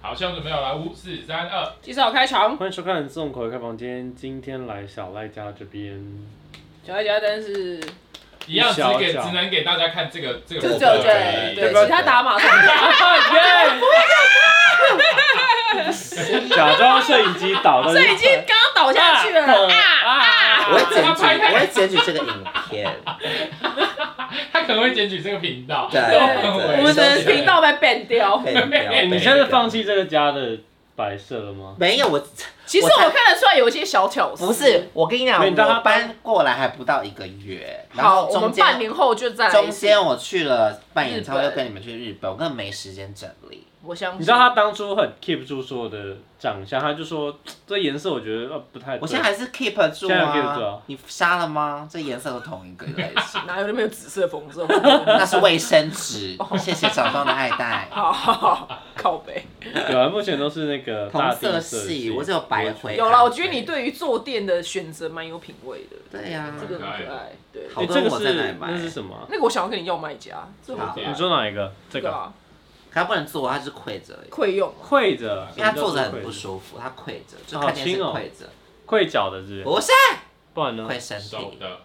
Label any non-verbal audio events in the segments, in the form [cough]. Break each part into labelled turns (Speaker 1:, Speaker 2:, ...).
Speaker 1: 好，现在准备好来，五四三二，
Speaker 2: 介绍开场，
Speaker 3: 欢迎收看《送口的开房间》，今天来小赖家这边，
Speaker 2: 小艾家灯是
Speaker 1: 一样只给
Speaker 3: 一小角
Speaker 1: 只能给大家看这个这个
Speaker 2: 就只
Speaker 1: 部
Speaker 2: 有
Speaker 1: 分而已。
Speaker 2: 对
Speaker 3: 这
Speaker 2: 对，
Speaker 3: 个
Speaker 2: 其他打码上
Speaker 3: 假装摄影机倒的，
Speaker 2: 这已经刚刚倒下去了啊啊！
Speaker 4: [laughs] 我会检
Speaker 1: 他
Speaker 4: 举，
Speaker 1: 拍太
Speaker 4: 我会检举这个影片。
Speaker 1: 他可能会检举这个频道。
Speaker 4: 对
Speaker 2: 我们的频道被 ban 掉。
Speaker 4: 被标
Speaker 3: 哎
Speaker 4: 被
Speaker 3: 你现在
Speaker 4: 标
Speaker 3: 放弃这个家的摆设了吗？
Speaker 4: 没有我，
Speaker 2: 其实我看得出来有一些小巧思，
Speaker 4: 不是我跟你讲，
Speaker 3: 没有你知道他
Speaker 4: 我搬过来还不到一个月，然
Speaker 2: 好，
Speaker 4: 后
Speaker 2: 我
Speaker 4: 中
Speaker 2: 们半
Speaker 4: 间
Speaker 2: 年后就再来一
Speaker 4: 中
Speaker 2: 次。
Speaker 4: 间我去了办演唱
Speaker 2: 日本
Speaker 4: 会，又跟你们去日本，我根本没时间整理。
Speaker 2: 我相信。，
Speaker 3: 你知道他当初很 keep 住所有的长相，他就说这颜色我觉得呃不太对。
Speaker 4: 我现在还是 keep 住
Speaker 3: 现在有 keep 住
Speaker 4: 啊
Speaker 3: 啊，
Speaker 4: 你杀了吗？这颜色都同一个类型
Speaker 2: 哪有那么有紫色风筝？
Speaker 4: [laughs] 那是卫生纸。谢谢小庄的爱戴。
Speaker 2: 哦好好好，靠背。
Speaker 3: 对啊，目前都是那个
Speaker 4: 同
Speaker 3: 大地
Speaker 4: 色
Speaker 3: 系
Speaker 4: 系，，我只有白灰。
Speaker 2: 有啦，我觉得你对于坐垫的选择蛮有品味的，
Speaker 4: 对呀
Speaker 2: 这，个很可爱。对，
Speaker 4: 好
Speaker 3: 哎，
Speaker 4: 多
Speaker 3: 这个
Speaker 4: 我在哪
Speaker 3: 是
Speaker 4: 里买
Speaker 3: 那是什么啊？
Speaker 2: 那个我想要跟你要卖家，这
Speaker 4: 好
Speaker 2: 好
Speaker 3: 你说哪一个？啊这个
Speaker 2: 啊，
Speaker 4: 他不能坐，他是跪着而已，
Speaker 2: 溃用嘛。
Speaker 3: 跪着，
Speaker 4: 因为他坐着很
Speaker 3: 什
Speaker 4: 不
Speaker 3: 么叫做
Speaker 4: 舒服，他跪着，就
Speaker 3: 好
Speaker 4: 看电视
Speaker 3: 轻哦
Speaker 4: 跪
Speaker 3: 跪
Speaker 4: 着。
Speaker 3: 着，跪脚的是不是？
Speaker 4: 不是，
Speaker 3: 不然呢？
Speaker 4: 会生
Speaker 1: 手
Speaker 4: 病，
Speaker 1: 的，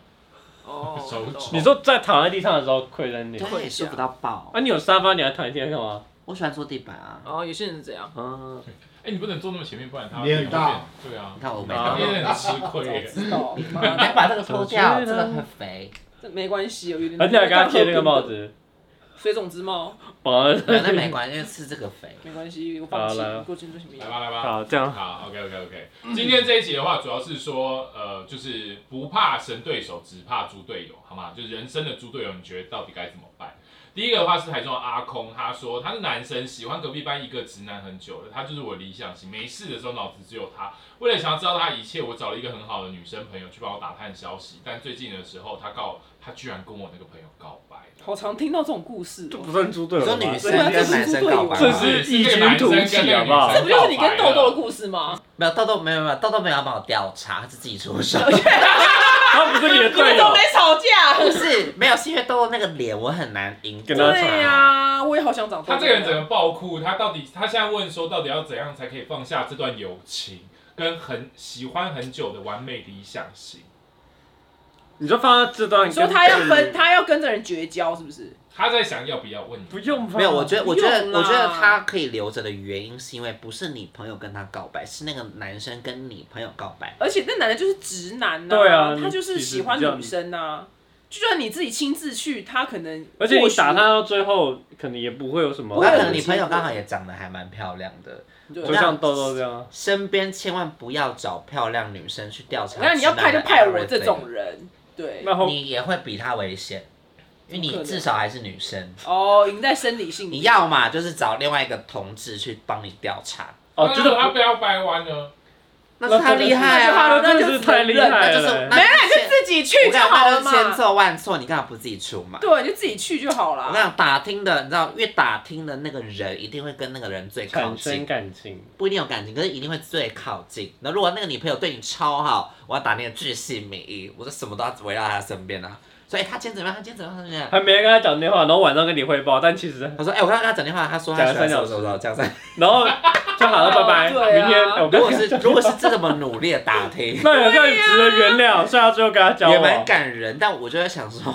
Speaker 2: 哦，
Speaker 1: 手
Speaker 2: 懂
Speaker 1: 指
Speaker 3: 你说在躺在地上的时候跪在那里，
Speaker 4: 对，舒服到爆。
Speaker 3: 啊，你有沙发你还躺在地上干嘛？
Speaker 4: 我喜欢坐地板啊，
Speaker 2: 哦，有些人是这样。
Speaker 3: 啊，
Speaker 1: 哎，你不能坐那么前面，不然他
Speaker 5: 脸很大
Speaker 1: 有点。对啊
Speaker 4: 你，看我没
Speaker 3: 啊
Speaker 4: 到
Speaker 1: 因，为很吃亏
Speaker 2: [laughs]
Speaker 1: 耶。
Speaker 2: 知
Speaker 3: [laughs]
Speaker 2: 道，妈
Speaker 4: 你再把这个脱掉，
Speaker 3: 我觉得
Speaker 4: 这个很肥。
Speaker 2: 这没关系，我有点。
Speaker 3: 而且还给他贴那个帽，
Speaker 4: [laughs]
Speaker 3: 子，
Speaker 2: 水肿之帽
Speaker 3: 绑在
Speaker 4: 那没关系，因为吃这个
Speaker 3: [laughs]
Speaker 4: 肥。
Speaker 2: 没关系，我放弃
Speaker 3: 好来啊，
Speaker 2: 过去做什么
Speaker 1: 来
Speaker 2: 样？
Speaker 1: 吧，来吧。
Speaker 3: 好，这样
Speaker 1: 好，OK OK OK。今天这一集的话，主要是说，呃，就是不怕神对手，只怕猪队友，好吗？就是人生的猪队友，你觉得到底该怎么办？第一个的话是台中的阿空，他说他是男生，喜欢隔壁班一个直男很久了，他就是我理想型。没事的时候脑子只有他。为了想要知道他一切，我找了一个很好的女生朋友去帮我打探消息，但最近的时候，他告他居然跟我那个朋友告白了。
Speaker 2: 好常听到这种故事哦，
Speaker 3: 算猪队
Speaker 4: 你说女生跟男生告白
Speaker 3: 啊这
Speaker 4: 吗？
Speaker 3: 是异
Speaker 1: 这
Speaker 3: 军
Speaker 1: 个男生
Speaker 3: 突
Speaker 1: 跟
Speaker 3: 起，
Speaker 1: 那个
Speaker 3: 好
Speaker 1: 女
Speaker 3: 不好
Speaker 2: 这
Speaker 1: 生？
Speaker 2: 不就是你跟豆豆的故事吗？
Speaker 4: 没有豆豆，没有没有豆豆没有要帮我调查，他是自己出手。
Speaker 3: 他不是你的
Speaker 2: 你们
Speaker 3: 队
Speaker 2: 都
Speaker 3: 友
Speaker 2: 没，吵架。
Speaker 3: 啊
Speaker 4: 不是，没有是因为豆豆那个脸，我很难赢
Speaker 3: 跟他啊
Speaker 2: 对呀，我也好想长豆
Speaker 1: 他
Speaker 2: 豆。
Speaker 1: 这个人整个爆哭，他到底他现在问说，到底要怎样才可以放下这段友情，跟很喜欢很久的完美理想型？
Speaker 3: 你就放在这段
Speaker 2: 你
Speaker 3: 跟，
Speaker 2: 说他要分，他要跟这人绝交，是不是？
Speaker 1: 他在想要不要问你？
Speaker 3: 不用吧？
Speaker 4: 没有，我觉得，我觉
Speaker 2: 不用啦
Speaker 4: 得，我觉得他可以留着的原因是因为不是你朋友跟他告白，是那个男生跟你朋友告白。
Speaker 2: 而且那男的就是直男呐、
Speaker 3: 对啊
Speaker 2: 他就是喜欢女生呐、就算你自己亲自去，他可能
Speaker 3: 而且
Speaker 2: 或
Speaker 3: 你
Speaker 2: 许
Speaker 3: 打他，到最后，可能也不会有什么
Speaker 4: 不，过可能
Speaker 2: 有
Speaker 4: 你
Speaker 2: 机
Speaker 4: 朋友
Speaker 2: 会
Speaker 4: 刚好也长得还蛮漂亮的，
Speaker 2: 对
Speaker 3: 就像豆豆这样啊，
Speaker 4: 身边千万不要找漂亮女生去调查直
Speaker 2: 那
Speaker 4: 男的 everything。
Speaker 2: 你要派就派我这种人，对，
Speaker 3: 然后
Speaker 4: 你也会比她危险，
Speaker 2: 不可
Speaker 4: 因为你
Speaker 2: 能
Speaker 4: 至少还是女生。
Speaker 2: 哦，赢在生理性，
Speaker 4: 你要嘛就是找另外一个同志去帮你调查，
Speaker 3: 哦，
Speaker 1: 那如
Speaker 3: 就是
Speaker 1: 果他不要掰弯呢？
Speaker 4: 那是他厉害啊，
Speaker 2: 那
Speaker 3: 那真
Speaker 2: 就
Speaker 3: 的是太厉害
Speaker 4: 那就是
Speaker 3: 了
Speaker 4: 那
Speaker 3: 欸。
Speaker 2: 没啦，你就自己去
Speaker 4: 我跟你
Speaker 2: 就
Speaker 4: 讲
Speaker 2: 好
Speaker 4: 那
Speaker 2: 了
Speaker 4: 就是千
Speaker 2: 嘛。
Speaker 4: 错万错，你干嘛不自己出马？
Speaker 2: 对，啊你就自己去就好
Speaker 4: 我跟
Speaker 2: 了
Speaker 4: 你。讲，打听的，你知道，越打听的那个人一定会跟那个人最靠
Speaker 3: 产生
Speaker 4: 近，
Speaker 3: 感情，
Speaker 4: 不一定有感情，可是一定会最靠近。那如果那个女朋友对你超好，我要打听的巨细靡遗，我就什么都要围绕她身边啊。所以她今天怎么样？她今天怎么样？她今天怎么样？
Speaker 3: 还没跟他讲电话，然后晚上跟你汇报，但其实，
Speaker 4: 我说，哎、我刚刚跟她讲电话，她说她喜欢什么什么什么，讲三。
Speaker 3: 然后就好了，拜拜，
Speaker 2: 对啊
Speaker 3: 明天哎我不
Speaker 4: 如
Speaker 3: 要
Speaker 4: 果
Speaker 3: 跟
Speaker 4: 是
Speaker 3: 他讲
Speaker 4: 如果是这么努力的打
Speaker 3: [laughs]
Speaker 4: 听，
Speaker 3: 那也算值得原谅，所以他最后跟他交
Speaker 4: 也蛮
Speaker 3: 往。
Speaker 4: 感人，但我就在
Speaker 2: [laughs]
Speaker 4: 想说，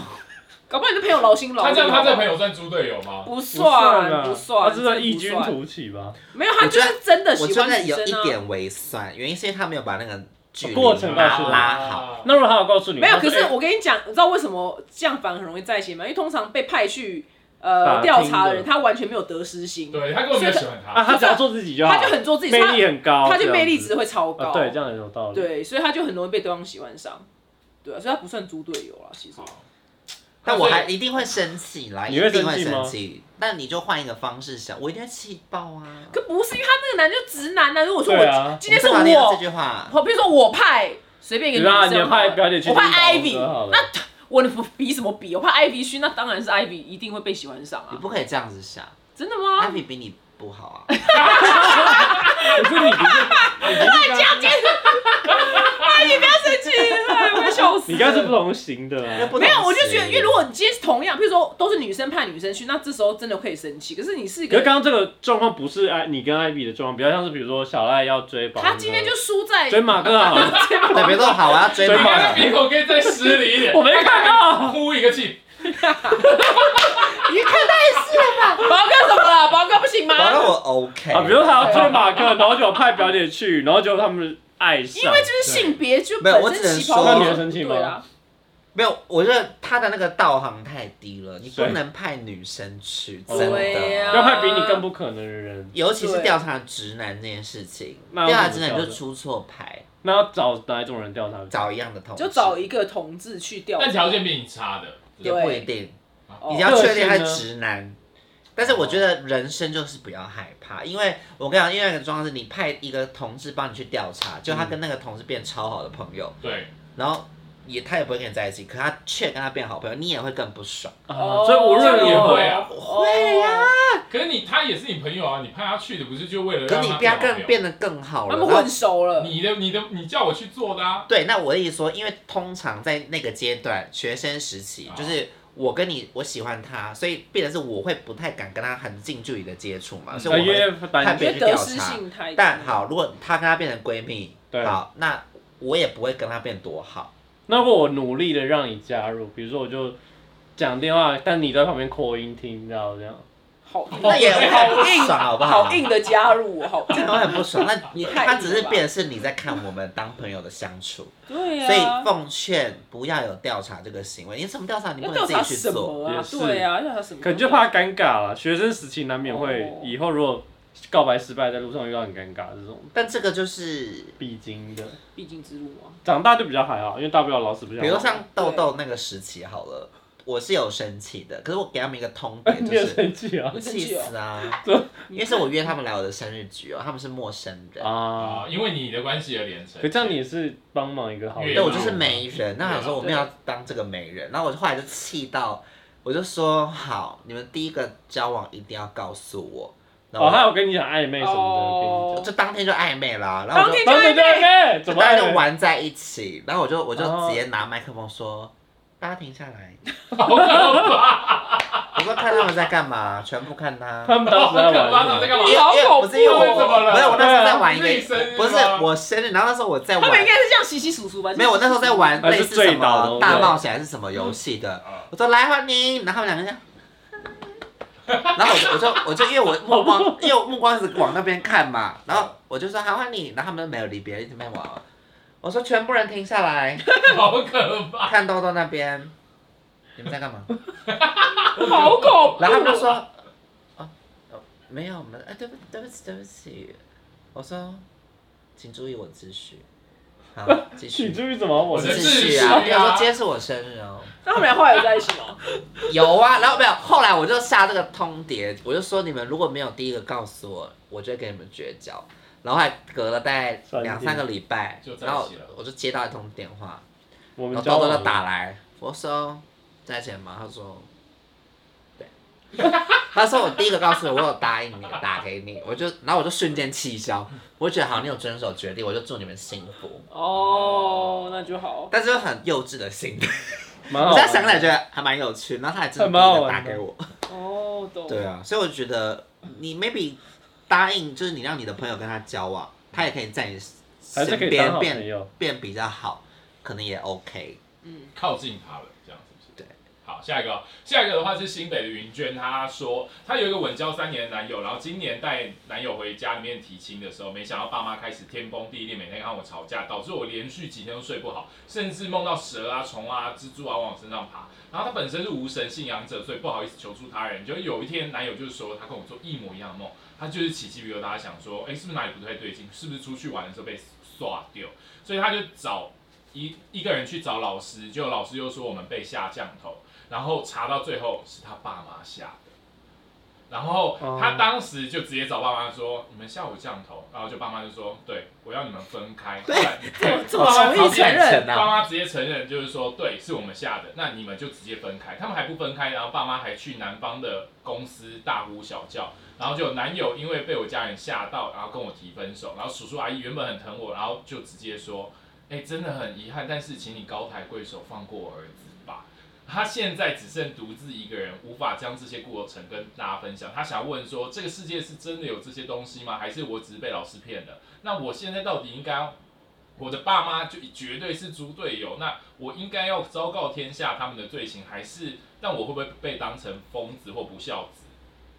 Speaker 2: 搞不好你的朋友劳心劳
Speaker 1: 他
Speaker 2: 力。
Speaker 1: 这样，他这个
Speaker 2: 好不
Speaker 1: 朋友算猪队友吗？
Speaker 2: 好不
Speaker 3: 啊
Speaker 2: 算不算，
Speaker 3: 他
Speaker 2: 真
Speaker 3: 真
Speaker 2: 的
Speaker 3: 的异
Speaker 2: 不
Speaker 3: 军
Speaker 2: 算，
Speaker 3: 突起吧？
Speaker 2: 没有，他就是真的
Speaker 4: 我
Speaker 2: 喜
Speaker 4: 真
Speaker 2: 欢
Speaker 4: 的
Speaker 2: 女
Speaker 4: 有一
Speaker 2: 生啊。
Speaker 4: 点微酸，原因是因为他没有把那个距离
Speaker 3: 过程告
Speaker 4: 拉
Speaker 3: 诉你
Speaker 4: 拉好。
Speaker 1: 啊。
Speaker 3: 那如果他有告诉你，
Speaker 2: 没有，
Speaker 3: 他
Speaker 2: 可
Speaker 3: 说
Speaker 2: 是
Speaker 3: 哎
Speaker 2: 我跟你讲，你知道为什么这样反而很容易在一起吗？因为通常被派去
Speaker 3: 打
Speaker 2: 呃
Speaker 3: 听
Speaker 2: 调查的人，
Speaker 3: 的
Speaker 2: 他完全没有得失心，
Speaker 1: 对他根本没有喜欢他。
Speaker 3: 啊，他只要做自己就好，
Speaker 2: 他就很做自己，
Speaker 3: 魅
Speaker 2: 所以
Speaker 3: 力很高，
Speaker 2: 他他就魅力
Speaker 3: 这样子
Speaker 2: 值会超高，
Speaker 3: 啊，对，这样很有道理。
Speaker 2: 对所以他就很容易被对方喜欢上，对啊，所以他不算猪队友啦，其实
Speaker 1: 好
Speaker 4: 但我
Speaker 1: 哎
Speaker 4: 还一定会生气啦，
Speaker 3: 你会
Speaker 4: 一定会
Speaker 3: 生气吗
Speaker 4: 生气。但你就换一个方式想，我一定会气爆啊！
Speaker 2: 可不是因为他那个男的就直男呐、如果说
Speaker 3: 对啊
Speaker 2: 我今天是
Speaker 4: 我们干嘛要
Speaker 2: 我，
Speaker 4: 这句话，
Speaker 2: 好，比如说我派随便一个女
Speaker 3: 对啊，
Speaker 2: 生好
Speaker 3: 你
Speaker 2: 了，
Speaker 3: 派表姐去
Speaker 2: 我
Speaker 3: 听保
Speaker 2: 派
Speaker 3: 姆
Speaker 2: Ivy，
Speaker 3: 哥好了，
Speaker 2: 那我比什么比？我派 Ivy 去，那当然是 Ivy 一定会被喜欢上
Speaker 4: 你
Speaker 2: 啊，
Speaker 4: 不可以这样子想。
Speaker 2: 真的
Speaker 4: 艾
Speaker 2: 吗？
Speaker 4: 比比你不
Speaker 2: [laughs]
Speaker 4: 好啊，
Speaker 3: 可是你不是，
Speaker 2: 乱讲，今天你不要生气，哎我会笑死。
Speaker 3: 你刚才是不同型的啊，
Speaker 2: 没有，我就觉得，因为如果你今天是同样，譬如说都是女生派女生去，那这时候真的可以生气。可是你是一
Speaker 3: 可是
Speaker 2: 个，
Speaker 3: 刚刚这个状况不是艾你跟艾比的状况，比较像是比如说小赖要追宝，
Speaker 2: 他今天就输在
Speaker 3: 追马克
Speaker 2: [laughs]
Speaker 3: 好了，
Speaker 4: 对，别动好，我要追
Speaker 3: 追
Speaker 1: 你
Speaker 4: 马
Speaker 1: 看那
Speaker 4: 了。
Speaker 1: 鼻孔可以再失礼一
Speaker 4: [laughs]
Speaker 1: 点，
Speaker 3: [laughs] 我没看
Speaker 2: [laughs]
Speaker 3: 到，
Speaker 1: 呼一个气，
Speaker 2: 你看太细了吧？啊宝哥怎么了？宝哥不行吗？
Speaker 4: 完了，我 OK。
Speaker 3: 啊，比如他要追马克，然后就派表姐去，然后结果他们爱
Speaker 2: 因
Speaker 3: 上
Speaker 2: 为，就是性别就
Speaker 4: 没有我
Speaker 2: 本
Speaker 4: 只
Speaker 2: 身
Speaker 4: 能
Speaker 2: 旗袍就
Speaker 4: 说那你
Speaker 3: 会生气吗
Speaker 2: 对啊啦，
Speaker 4: 没有，我觉得他的那个道行太低了，你不
Speaker 3: 谁
Speaker 4: 能派女生去，真
Speaker 2: 对啊呀、
Speaker 4: 的。
Speaker 3: 要派比你更不可能的人，
Speaker 4: 尤其是
Speaker 2: 对
Speaker 4: 调查直男这件事情，
Speaker 3: 那要
Speaker 4: 调查
Speaker 3: 怎
Speaker 4: 直
Speaker 3: 么
Speaker 4: 男
Speaker 3: 调
Speaker 4: 就
Speaker 3: 查
Speaker 4: 出错牌，
Speaker 3: 那要找哪一种人调查？
Speaker 4: 找一样的同事，
Speaker 2: 就找一个同志去调查
Speaker 1: 但。条件比你差的，
Speaker 4: 也不一定，
Speaker 2: 哦
Speaker 4: 你要确定他
Speaker 3: 个性呢
Speaker 4: 是直男。但是我觉得人生就是不要害怕，因为我跟你讲，另外一个状况是你派一个同事帮你去调查，就
Speaker 2: 嗯
Speaker 4: 他跟那个同事变超好的朋友，
Speaker 1: 对，
Speaker 4: 然后也他也不会跟你在一起，可他却跟他变好朋友，你也会更不爽。
Speaker 3: 啊，所以无论如
Speaker 1: 也
Speaker 3: 何
Speaker 1: 会，啊
Speaker 2: 哦会呀、
Speaker 1: 可是你他也是你朋友啊，你派他去的不是就为了
Speaker 4: 哦可
Speaker 1: 让
Speaker 4: 你
Speaker 1: 变
Speaker 4: 变
Speaker 1: 好朋
Speaker 4: 更
Speaker 1: 友
Speaker 4: 变得更好了，
Speaker 2: 他们
Speaker 4: 然后
Speaker 2: 混熟了，
Speaker 1: 你的你的你叫我去做的啊，
Speaker 4: 对，那我的意思说，因为通常在那个阶段，学生时期，
Speaker 1: 哦
Speaker 4: 就是我跟你，我喜欢他，所以变成是我会不太敢跟他很近距离的接触嘛，
Speaker 1: 嗯
Speaker 4: 所以
Speaker 3: 呃
Speaker 4: 我
Speaker 3: 因
Speaker 4: 会。
Speaker 3: 为反
Speaker 4: 看
Speaker 2: 啊因
Speaker 3: 正
Speaker 2: 为得失性太低
Speaker 4: 但，好，如果他跟他变成闺蜜，
Speaker 3: 对
Speaker 4: 好，那我也不会跟他变多好。
Speaker 3: 那如果我努力的让你加入，比如说我就讲电话，但你在旁边扩音听，你知道这样，
Speaker 2: 好
Speaker 4: 那也
Speaker 2: 好
Speaker 4: 很不
Speaker 2: 硬，
Speaker 4: 爽，好不好？
Speaker 2: 好硬的加入，好 [laughs]
Speaker 4: 真的会很不爽。那你
Speaker 2: 太
Speaker 4: 他
Speaker 2: 硬
Speaker 4: 只
Speaker 2: 了
Speaker 4: 是
Speaker 2: 吧
Speaker 4: 变成是你在看我们当朋友的相处，
Speaker 2: 对
Speaker 4: 所以
Speaker 2: 啊。
Speaker 4: 奉劝不要有调查这个行为。你什么调查？你
Speaker 2: 要
Speaker 4: 不
Speaker 2: 调
Speaker 4: 能自
Speaker 2: 查
Speaker 4: 己去
Speaker 2: 什
Speaker 4: 做。
Speaker 2: 么
Speaker 3: 也
Speaker 2: 啊？
Speaker 3: 是
Speaker 2: 对啊，要调查什么？
Speaker 3: 可能就怕尴尬了。学生时期难免会
Speaker 2: 哦，
Speaker 3: 以后如果告白失败，在路上遇到很尴尬这种
Speaker 4: 但这个就是，
Speaker 3: 必经的。
Speaker 2: 必经之路啊。
Speaker 3: 长大就比较还好，因为大不了老死不相
Speaker 4: 比
Speaker 3: 往
Speaker 4: 如
Speaker 3: 来。
Speaker 4: 像豆豆那个时期好了，我是有生气的，可是我给他们一个通牒，
Speaker 3: [laughs] 你
Speaker 4: 就
Speaker 3: 也
Speaker 4: 是
Speaker 3: 生气啊
Speaker 2: [laughs]
Speaker 4: 我
Speaker 2: 你生
Speaker 4: 气
Speaker 2: 气哦
Speaker 4: 死啊
Speaker 3: 怎么！
Speaker 4: 因为是我约他们来我的生日局哦，他们是陌生人，
Speaker 3: 啊！
Speaker 1: 啊，因为你的关系而连成。
Speaker 3: 可这样你也是帮忙一个好人，哦
Speaker 1: 对
Speaker 4: 对我就是媒人。那想说我们
Speaker 2: 对
Speaker 4: 要当这个媒人，然后我就后来就气到，我就说好，你们第一个交往一定要告诉我。然后
Speaker 3: 哦，
Speaker 4: 我
Speaker 3: 他有跟你讲暧昧什么
Speaker 2: 哦
Speaker 3: 的，
Speaker 4: 就当天就暧昧啦，然后
Speaker 2: 当
Speaker 4: 我
Speaker 2: 天
Speaker 4: 就
Speaker 3: 跟你讲。当时就暧昧，怎么
Speaker 4: 大家
Speaker 3: 暧
Speaker 4: 就
Speaker 3: 昧？
Speaker 4: 玩在一起，然后我就我就
Speaker 3: 哦
Speaker 4: 直接拿麦克风说，大家停下来，
Speaker 1: [laughs] 好可怕，
Speaker 4: 我说看他们在干嘛， [laughs] 全部看他。
Speaker 3: [laughs] 他们当
Speaker 1: 好
Speaker 3: 时
Speaker 1: 可
Speaker 3: 在
Speaker 1: 怕，啊
Speaker 3: 玩
Speaker 1: 那在
Speaker 3: 什
Speaker 1: 干
Speaker 4: 因
Speaker 1: 嘛
Speaker 4: 为？
Speaker 2: 好
Speaker 4: 因为
Speaker 2: 恐
Speaker 4: 不是因为
Speaker 2: 怖
Speaker 4: 我
Speaker 2: 哦
Speaker 1: 怎么了
Speaker 4: 不是我那时候在玩一
Speaker 1: 自己生
Speaker 4: 个
Speaker 1: 日，吗
Speaker 4: 不是我生日，然后那时候我在
Speaker 2: 他
Speaker 4: 玩
Speaker 2: 们，应该是这样洗洗数数吧？
Speaker 4: 没有我那时候在玩
Speaker 3: 还是
Speaker 4: 类似什
Speaker 3: 醉倒的
Speaker 4: 么
Speaker 3: 对
Speaker 4: 大冒险还是什么游戏的
Speaker 1: 嗯，
Speaker 4: 我说来欢迎，然后他们两个这样。 [laughs] 然后我就我就我就因为我目光，因为我目光一直往那边看嘛，然后我就说好欢迎，然后他们都没有离别，一直在玩。我说全部人停下来，
Speaker 1: [laughs] 好可怕，
Speaker 4: 看豆豆那边，你们在干嘛？
Speaker 1: [laughs]
Speaker 2: 好恐怖。
Speaker 4: 然后他们就说，
Speaker 1: 哦
Speaker 4: 啊，哦没有，我们哎，对不，对不起，对不起。我说，请注意我秩序。
Speaker 1: [laughs]
Speaker 4: 好，继
Speaker 3: 请
Speaker 4: 续。
Speaker 3: 注意怎么我
Speaker 1: 我
Speaker 4: 我
Speaker 1: 的
Speaker 4: 的
Speaker 1: 秩
Speaker 4: 秩
Speaker 1: 序
Speaker 4: 序
Speaker 1: 啊
Speaker 4: 啊！我跟他说，今天是我生日哦。
Speaker 2: 那他们俩后来有在一起吗？
Speaker 4: 有啊，然后没有，后来我就下这个通牒，我就说你们如果没有第一个告诉我，我就会跟你们绝交。然后还隔了大概
Speaker 3: 三
Speaker 4: 两
Speaker 3: 天
Speaker 4: 三个礼拜
Speaker 1: 就，在一
Speaker 4: 然后
Speaker 1: 起了
Speaker 4: 我就接到一通电话，
Speaker 3: 我们
Speaker 4: 然后豆
Speaker 3: 交
Speaker 4: 豆
Speaker 3: 往
Speaker 4: 就
Speaker 3: 了
Speaker 4: 打来，我说在线吗？他说对， [laughs] 他说我第一个告诉你，我有答应你，打给你， [laughs] 我就然后我就瞬间气消，我就觉得好，你有遵守决定，我就祝你们幸福，
Speaker 2: 哦，那就好。
Speaker 4: 但是又很幼稚的心态，
Speaker 3: 蛮
Speaker 4: 我
Speaker 3: 好
Speaker 4: 现
Speaker 3: 玩
Speaker 4: 在
Speaker 3: 的。
Speaker 4: 想起来觉得还蛮有趣，然后他还真的
Speaker 3: 还蛮好
Speaker 4: 第一个
Speaker 3: 玩啊
Speaker 4: 打
Speaker 3: 的
Speaker 4: 给我，
Speaker 2: 哦，懂。
Speaker 4: 对啊，所以我觉得你 maybe 答应就是你让你的朋友跟他交往，他也可以在你
Speaker 3: 还是
Speaker 4: 身
Speaker 3: 可以当
Speaker 4: 边
Speaker 3: 好
Speaker 4: 变
Speaker 3: 朋友。
Speaker 4: 变比较好，可能也 OK。
Speaker 2: 嗯，
Speaker 1: 靠近他了，这样是不是？
Speaker 4: 对。
Speaker 1: 好，下一个哦，下一个的话是新北的云娟，她说她有一个稳交三年的男友，然后今年带男友回家里面提亲的时候，没想到爸妈开始天崩地裂，每天看我吵架，导致我连续几天都睡不好，甚至梦到蛇啊、虫啊、蜘蛛啊往我身上爬。然后她本身是无神信仰者，所以不好意思求助他人。就有一天，男友就是说他跟我做一模一样的梦，他就是起鸡皮疙瘩，想说，哎，是不是哪里不太对劲？是不是出去玩的时候被刷掉？所以他就找一一个人去找老师，就老师又说我们被下降头，然后查到最后是他爸妈下的，然后
Speaker 3: 哦
Speaker 1: 他当时就直接找爸妈说你们下我降头，然后就爸妈就说对我要你们分开，
Speaker 4: 对
Speaker 1: 后来对。
Speaker 2: 这么容易承认？
Speaker 1: 爸妈直接承认，就是说，对，是我们下的，那你们就直接分开。他们还不分开，然后爸妈还去男方的公司大呼小叫，然后就男友因为被我家人吓到，然后跟我提分手，然后叔叔阿姨原本很疼我，然后就直接说，哎、真的很遗憾，但是请你高抬贵手，放过我儿子吧。他现在只剩独自一个人，无法将这些过程跟大家分享。他想问说，这个世界是真的有这些东西吗？还是我只是被老师骗了？那我现在到底应该，我的爸妈就绝对是猪队友，那我应该要昭告天下他们的罪行，还是但我会不会被当成疯子或不孝子？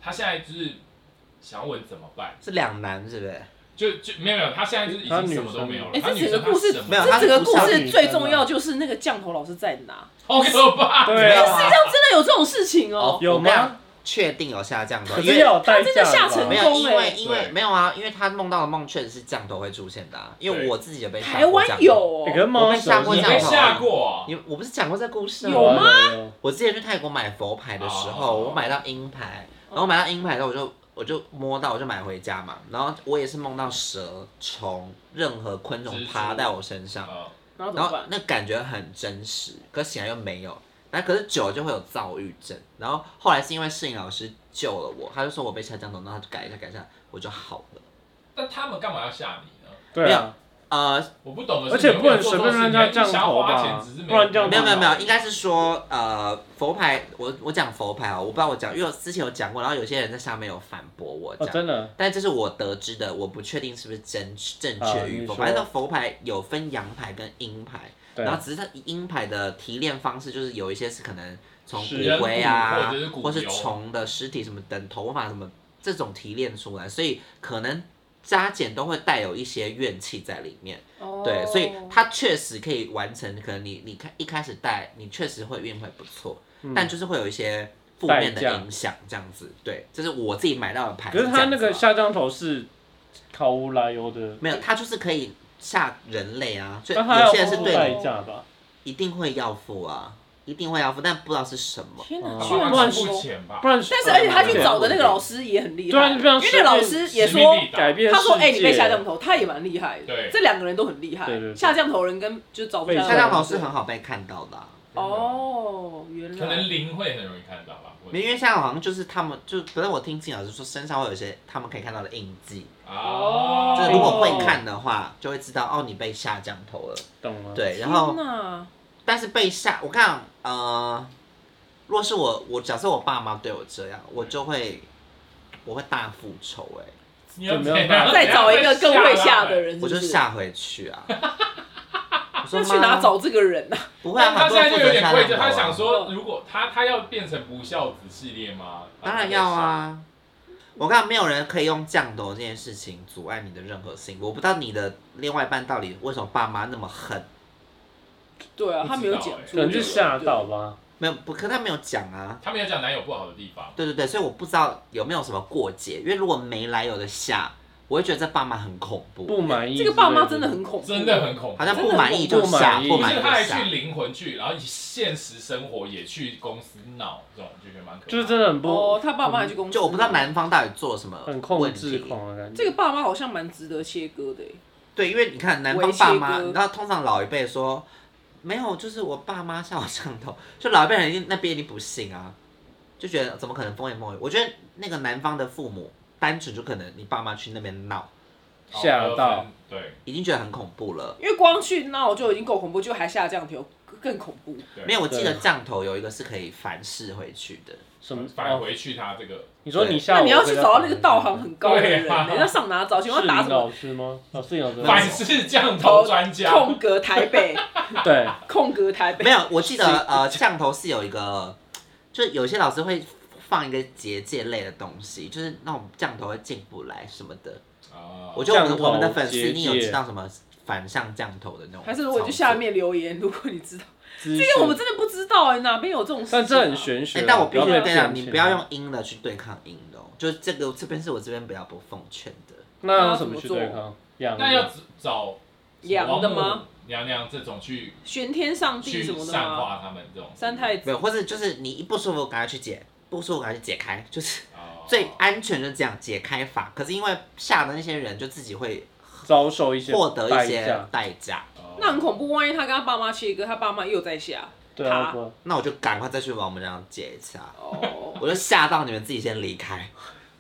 Speaker 1: 他现在就是想要问怎么办，
Speaker 4: 是两难是不是？
Speaker 1: 就就没有没有，他现在就是已
Speaker 3: 他
Speaker 1: 经
Speaker 3: 女
Speaker 1: 什么都
Speaker 3: 生
Speaker 1: 没有了。
Speaker 2: 哎
Speaker 1: 他
Speaker 2: 这
Speaker 1: 女
Speaker 2: 整个
Speaker 1: 生她
Speaker 2: 故事
Speaker 1: 什么
Speaker 4: 没有
Speaker 2: 这
Speaker 4: 他
Speaker 2: 整个故
Speaker 4: 不像
Speaker 2: 事
Speaker 3: 女
Speaker 2: 最
Speaker 3: 生
Speaker 2: 重
Speaker 3: 啊
Speaker 2: 要就是那个降头老师在哪？
Speaker 1: 好可怕。
Speaker 3: 对啊
Speaker 2: 世界上真的有这种事情哦、
Speaker 3: 有
Speaker 4: 我
Speaker 3: 吗
Speaker 4: 们俩确定有下降头，
Speaker 3: 可
Speaker 4: 因
Speaker 3: 是
Speaker 4: 为
Speaker 3: 要有代
Speaker 2: 他真的
Speaker 3: 价
Speaker 2: 下
Speaker 3: 吧
Speaker 2: 沉
Speaker 4: 没
Speaker 2: 成
Speaker 4: 有，
Speaker 2: 功
Speaker 4: 因
Speaker 2: 欸
Speaker 4: 为因为
Speaker 1: 对
Speaker 4: 没有啊，因为他梦到的梦确实是降头会出现的、啊，因为
Speaker 1: 对
Speaker 4: 我自己也被
Speaker 2: 台湾
Speaker 4: 吓过降头
Speaker 2: 有哦、
Speaker 3: 欸可是猫
Speaker 4: 我被
Speaker 3: 手
Speaker 4: 吓过
Speaker 1: 你
Speaker 3: 是
Speaker 4: 降
Speaker 1: 被
Speaker 4: 头
Speaker 1: 吓过？
Speaker 4: 你我不是讲过这故事
Speaker 2: 有吗？
Speaker 3: 有
Speaker 4: 我之前去泰国买佛牌的时候，
Speaker 1: 哦
Speaker 4: 我买到鹰牌，然后买到鹰牌之后，我就我就摸到，我就买回家嘛。然后我也是梦到蛇、虫，任何昆虫
Speaker 1: 蜘蛛
Speaker 4: 爬在我身上，
Speaker 1: 呃，
Speaker 2: 然后怎
Speaker 4: 然
Speaker 2: 么
Speaker 4: 后
Speaker 2: 办？
Speaker 4: 那感觉很真实，可显然又没有。那可是久了就会有躁郁症，然后后来是因为摄影老师救了我，他就说我被下降头，然后他就改一下改一下，我就好了。
Speaker 1: 但他们干嘛要吓你呢？
Speaker 3: 对啊，
Speaker 4: 呃，
Speaker 1: 我不懂的是，
Speaker 3: 而且不能
Speaker 1: 你有
Speaker 3: 随
Speaker 1: 没有
Speaker 3: 便
Speaker 1: 做这种
Speaker 3: 让人
Speaker 1: 事
Speaker 3: 家
Speaker 1: 情
Speaker 3: 降
Speaker 1: 想要
Speaker 3: 头
Speaker 1: 花钱
Speaker 3: 吧
Speaker 1: 只是，
Speaker 3: 不然降
Speaker 4: 没有没有没有，应
Speaker 1: 该
Speaker 4: 该是说呃佛牌，我我讲佛牌哦，我不知道我讲，因为我之前有讲过，然后有些人在下面有反驳我
Speaker 3: 哦
Speaker 4: 讲，
Speaker 3: 真的，
Speaker 4: 但这是我得知的，我不确定是不是真正
Speaker 3: 啊
Speaker 4: 确与
Speaker 3: 你
Speaker 4: 否。
Speaker 3: 说
Speaker 4: 反正佛牌有分阳牌跟阴牌，
Speaker 3: 对
Speaker 4: 然后只是它阴牌的提炼方式就是有一些是可能从
Speaker 3: 是
Speaker 4: 骨灰啊，
Speaker 1: 人骨或
Speaker 4: 或
Speaker 1: 者
Speaker 4: 是
Speaker 1: 是骨油
Speaker 4: 虫的尸体什么等头发什么这种提炼出来，所以可能加减都会带有一些怨气在里面。对，所以
Speaker 2: 哦
Speaker 4: 它确实可以完成。可能你你看一开始带，你确实会运会不错，
Speaker 3: 嗯
Speaker 4: 但就是会有一些负
Speaker 3: 代
Speaker 4: 面的
Speaker 3: 价
Speaker 4: 影响，这样子。对，这是我自己买到的牌。
Speaker 3: 可是
Speaker 4: 这
Speaker 3: 他
Speaker 4: 样
Speaker 3: 那
Speaker 4: 子
Speaker 3: 个
Speaker 4: 啊
Speaker 3: 下降头是毫无来由的，
Speaker 4: 没有，它就是可以吓人类啊，所以
Speaker 3: 但他要
Speaker 4: 有些人是
Speaker 3: 付
Speaker 4: 对
Speaker 3: 代
Speaker 4: 你
Speaker 3: 价吧？
Speaker 4: 一定会要付啊，一定会要付，但不知道是什么。
Speaker 2: 天哪，
Speaker 3: 哦
Speaker 2: 居然
Speaker 1: 花
Speaker 2: 乱
Speaker 1: 付
Speaker 2: 说！
Speaker 1: 钱吧
Speaker 3: 不。然，
Speaker 2: 但是而且他去
Speaker 3: 对
Speaker 2: 找的
Speaker 4: 啊
Speaker 2: 那个老师也很厉害，因
Speaker 3: 对啊
Speaker 2: 为那老师也说
Speaker 1: 史密。必达
Speaker 3: 改变世
Speaker 2: 他
Speaker 3: 界，
Speaker 2: 说：“哎、你被下降头，他也蛮厉害的。
Speaker 1: 对
Speaker 2: 这两个人都很厉害。
Speaker 3: 对对对
Speaker 2: 下降头人跟就是找不
Speaker 3: 被
Speaker 2: 下
Speaker 3: 对
Speaker 4: 下降头是很好被看到的、啊，
Speaker 2: 哦，原
Speaker 1: 可能
Speaker 2: 来
Speaker 1: 零会很容易看到吧？我
Speaker 4: 因为像好像就是他们就，可是我听金老师说身上会有一些他们可以看到的印记，
Speaker 1: 啊，
Speaker 4: 就是如果会看的话，就会知道哦你被下降头了。
Speaker 3: 懂吗？，
Speaker 4: 对，然后
Speaker 2: 天
Speaker 1: 嗯
Speaker 2: 哪
Speaker 4: 但是被吓，我看呃，若是我我假设我爸妈对我这样，我就会我会大复仇哎、
Speaker 1: 你要
Speaker 3: 就
Speaker 1: 怎
Speaker 3: 没
Speaker 1: 样
Speaker 3: 有办法
Speaker 2: 再找一个更会吓的
Speaker 1: 人。
Speaker 2: 人是
Speaker 4: 我
Speaker 2: 不，
Speaker 4: 就是吓回
Speaker 1: [laughs]
Speaker 4: 去啊。我说
Speaker 2: 那去哪
Speaker 4: 妈
Speaker 2: 找这个人啊？
Speaker 4: 不会啊，
Speaker 1: 但他
Speaker 4: 很多
Speaker 1: 现在
Speaker 4: 人
Speaker 1: 就
Speaker 4: 负
Speaker 1: 有
Speaker 4: 责
Speaker 1: 点
Speaker 4: 下
Speaker 1: 愧疚，
Speaker 4: 降头
Speaker 1: 他想
Speaker 4: 啊。
Speaker 1: 说，如果他他要变成不孝子系列吗？
Speaker 4: 当然要！啊。我看没有人可以用降头这件事情阻碍你的任何事情。我不知道你的另外一半到底为什么爸妈那么狠，
Speaker 2: 对啊，
Speaker 1: 不知道
Speaker 2: 他没有讲出
Speaker 3: 欸可能是吓到吧。
Speaker 4: 没有不，可他没有讲啊。
Speaker 1: 他们有讲男友不好的地方，
Speaker 4: 对对对，所以我不知道有没有什么过节，因为如果没来由的下，我会觉得这爸妈很恐怖。
Speaker 3: 不满意
Speaker 2: 这个爸妈真的很恐怖，
Speaker 1: 真的很恐怖。
Speaker 4: 好像不满意就下，
Speaker 3: 真的很恐
Speaker 4: 不
Speaker 3: 怖
Speaker 1: 不
Speaker 4: 满
Speaker 1: 是
Speaker 4: 意
Speaker 1: 他
Speaker 4: 就
Speaker 1: 还
Speaker 4: 下
Speaker 1: 去。灵魂去，然后现实生活也去公司闹，这种就觉得蛮可怕。
Speaker 3: 就是真的很不
Speaker 2: 哦。他爸妈还去公司，
Speaker 4: 就我不知道男方到底做了什么
Speaker 3: 很控
Speaker 4: 问
Speaker 3: 制
Speaker 4: 题。
Speaker 3: 狂的感觉。
Speaker 2: 这个爸妈好像蛮值得切割的耶。欸
Speaker 4: 对，因为你看男方
Speaker 2: 微切
Speaker 4: 爸妈，
Speaker 2: 割
Speaker 4: 你知道通常老一辈说没有，就是我爸妈像我上头，就老一辈人一定那边一定不信啊，就觉得怎么可能风言风语？我觉得那个男方的父母单纯就可能你爸妈去那边闹，
Speaker 3: 吓到，
Speaker 1: 哦对
Speaker 4: 已经觉得很恐怖了。
Speaker 2: 因为光去闹就已经够恐怖，就还下降头，更恐怖。
Speaker 1: 对
Speaker 4: 没有，我记
Speaker 3: 对
Speaker 4: 得降头有一个是可以反噬回去的，
Speaker 3: 什么？
Speaker 1: 返
Speaker 3: 哦，
Speaker 1: 回去他这个
Speaker 3: 你说你下
Speaker 2: 那
Speaker 3: 午
Speaker 2: 你要去找到那个道行很高的人
Speaker 1: 对啊
Speaker 2: 呢，那上哪找？请
Speaker 3: 是
Speaker 2: 问打
Speaker 3: 林
Speaker 2: 什么
Speaker 3: 老师吗？哦老师有这
Speaker 1: 反
Speaker 3: 个
Speaker 1: 式降头专家，
Speaker 2: 空格台北，
Speaker 3: 对，
Speaker 2: 空格台北
Speaker 3: [laughs]
Speaker 4: 没。有，我记得呃降头是有一个，就是有些老师会放一个结界类的东西，就是那种降头会进不来什么的。
Speaker 1: 啊
Speaker 4: 我觉得我们
Speaker 3: 降头
Speaker 4: 我们的粉丝
Speaker 3: 结
Speaker 4: 一定有
Speaker 3: 界
Speaker 4: 知道什么反向降头的那种操作，
Speaker 2: 还是如果你去下面留言，如果你知道，
Speaker 3: 这
Speaker 2: 因为我们真的不知道哎，哪边有这种事情啊？
Speaker 3: 但这很玄学
Speaker 4: 哎、
Speaker 3: 啊。
Speaker 4: 但我必
Speaker 3: 不要
Speaker 4: 须
Speaker 3: 被
Speaker 4: 跟你
Speaker 3: 骗
Speaker 4: 讲，你
Speaker 3: 钱啊
Speaker 4: 不要用阴的去对抗阴的、哦，就是这个这边是我这边比较不奉劝的。
Speaker 3: 那要怎么去对抗？养
Speaker 1: 啊那要找
Speaker 2: 阳的吗？
Speaker 1: 娘娘这种去
Speaker 2: 玄天上帝
Speaker 1: 去
Speaker 2: 什么的
Speaker 1: 散
Speaker 2: 吗？
Speaker 1: 化他们这种
Speaker 2: 三太
Speaker 4: 没
Speaker 2: 子
Speaker 4: 有，或者就是你一不舒服，赶快去解，不舒服赶快去解开，就是
Speaker 1: 哦
Speaker 4: 最安全的这样解开法。可是因为吓的那些人就自己会
Speaker 3: 遭受一些
Speaker 4: 获得
Speaker 3: 代
Speaker 4: 一些
Speaker 3: 价，
Speaker 4: 代价，
Speaker 1: 哦
Speaker 2: 那很恐怖，万一他跟他爸妈切割，他爸妈又在下
Speaker 3: 对啊，
Speaker 2: 他
Speaker 3: 不
Speaker 4: 那我就赶快再去把我们这样解一下，
Speaker 2: 哦，
Speaker 4: 我就吓到你们自己先离开，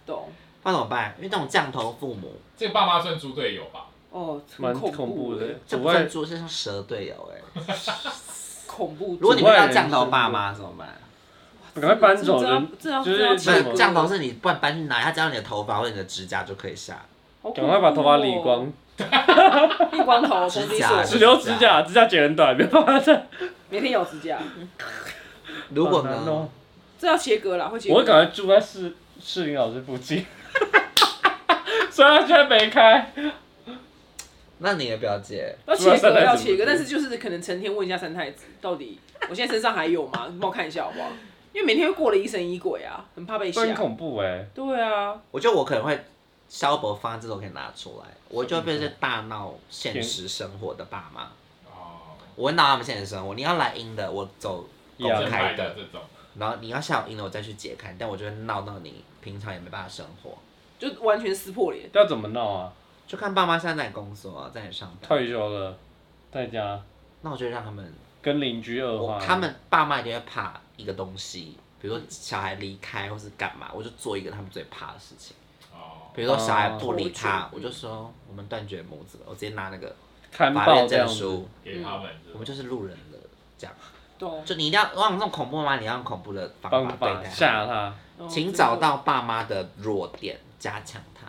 Speaker 2: 懂
Speaker 4: 不然怎么办？因为这种降头父母，
Speaker 1: 这个爸妈算猪队友吧？
Speaker 2: 哦，
Speaker 3: 蛮
Speaker 2: 很
Speaker 3: 恐怖的
Speaker 2: 欸，
Speaker 4: 这
Speaker 3: 阻
Speaker 4: 不
Speaker 3: 碍
Speaker 4: 算猪，是像蛇队友哎。
Speaker 2: 恐怖。
Speaker 4: 如果你们要降头爸妈怎么办？
Speaker 3: 赶快搬走
Speaker 2: 这要
Speaker 3: 人，
Speaker 2: 这要
Speaker 3: 就是
Speaker 2: 这要
Speaker 4: 不
Speaker 3: 这
Speaker 2: 这
Speaker 3: 样
Speaker 4: 是
Speaker 2: 要
Speaker 4: 降头是你不管搬去哪里，他只要你的头发或者你的指甲就可以下。
Speaker 2: 好恐
Speaker 3: 赶快把头发理
Speaker 2: 怖哦
Speaker 3: 光，
Speaker 2: 剃光头，
Speaker 4: 指甲
Speaker 2: 蓬皮手，
Speaker 3: 只留 [laughs] 指甲，指甲剪很短，没办法再。
Speaker 2: 每天咬指甲，
Speaker 4: 如果
Speaker 3: 好难哦
Speaker 4: 呢？
Speaker 2: 这要切割啦，会切割。
Speaker 3: 我会赶快住在世世林老师附近， [laughs] 虽然他现在没开，
Speaker 4: 那你的表姐
Speaker 2: 要切
Speaker 3: 除了三
Speaker 2: 割，
Speaker 3: 太子
Speaker 2: 要切割，
Speaker 3: 不
Speaker 2: 但
Speaker 3: 是
Speaker 2: 是就是可能成天问一下三太子，到底我现在身上还有吗？你帮我看一下好不好？因为每天会过得疑神疑鬼啊，很怕被
Speaker 3: 这很
Speaker 2: 吓。
Speaker 3: 恐怖哎、
Speaker 2: 对啊，
Speaker 4: 我觉得我可能会消薄方案这种可以拿出来，我就会变成大闹现实生活的爸妈。
Speaker 1: 哦，
Speaker 4: 我会闹他们现实生活，你要来阴的，我走公
Speaker 3: 要
Speaker 1: 正
Speaker 4: 开
Speaker 1: 派
Speaker 4: 的
Speaker 1: 的，
Speaker 3: [laughs]
Speaker 1: 这种，
Speaker 4: 然后你要下午阴的，我再去解开，但我就会闹到你平常也没办法生活。
Speaker 2: 就完全撕破脸。
Speaker 3: 要怎么闹啊？
Speaker 4: 就看爸妈现在在工作啊，在哪里上班，
Speaker 3: 退休了，在家
Speaker 4: 那我就让他们，
Speaker 3: 跟邻居恶
Speaker 4: 我
Speaker 3: 化，
Speaker 4: 哦他们爸妈一定会怕一个东西，比
Speaker 3: 嗯
Speaker 4: 如说小孩离开或是干嘛，我就做一个他们最怕的事情，
Speaker 1: 哦，
Speaker 4: 比如说小孩不理
Speaker 2: 哦
Speaker 4: 他，我就说我们断绝母子，我直接拿那个
Speaker 3: 看
Speaker 4: 法
Speaker 3: 报
Speaker 4: 院
Speaker 3: 这
Speaker 4: 证
Speaker 3: 样子，
Speaker 4: 书，
Speaker 1: 给他们这
Speaker 4: 我
Speaker 1: 种
Speaker 4: 们就是路人了，这样，
Speaker 2: 懂。
Speaker 4: 就你一定要往这种恐怖妈妈，你要用恐怖的方
Speaker 3: 方
Speaker 4: 法
Speaker 3: 法
Speaker 4: 对待他，
Speaker 3: 吓他，
Speaker 2: 哦
Speaker 4: 请找。到爸妈的弱点，加强他。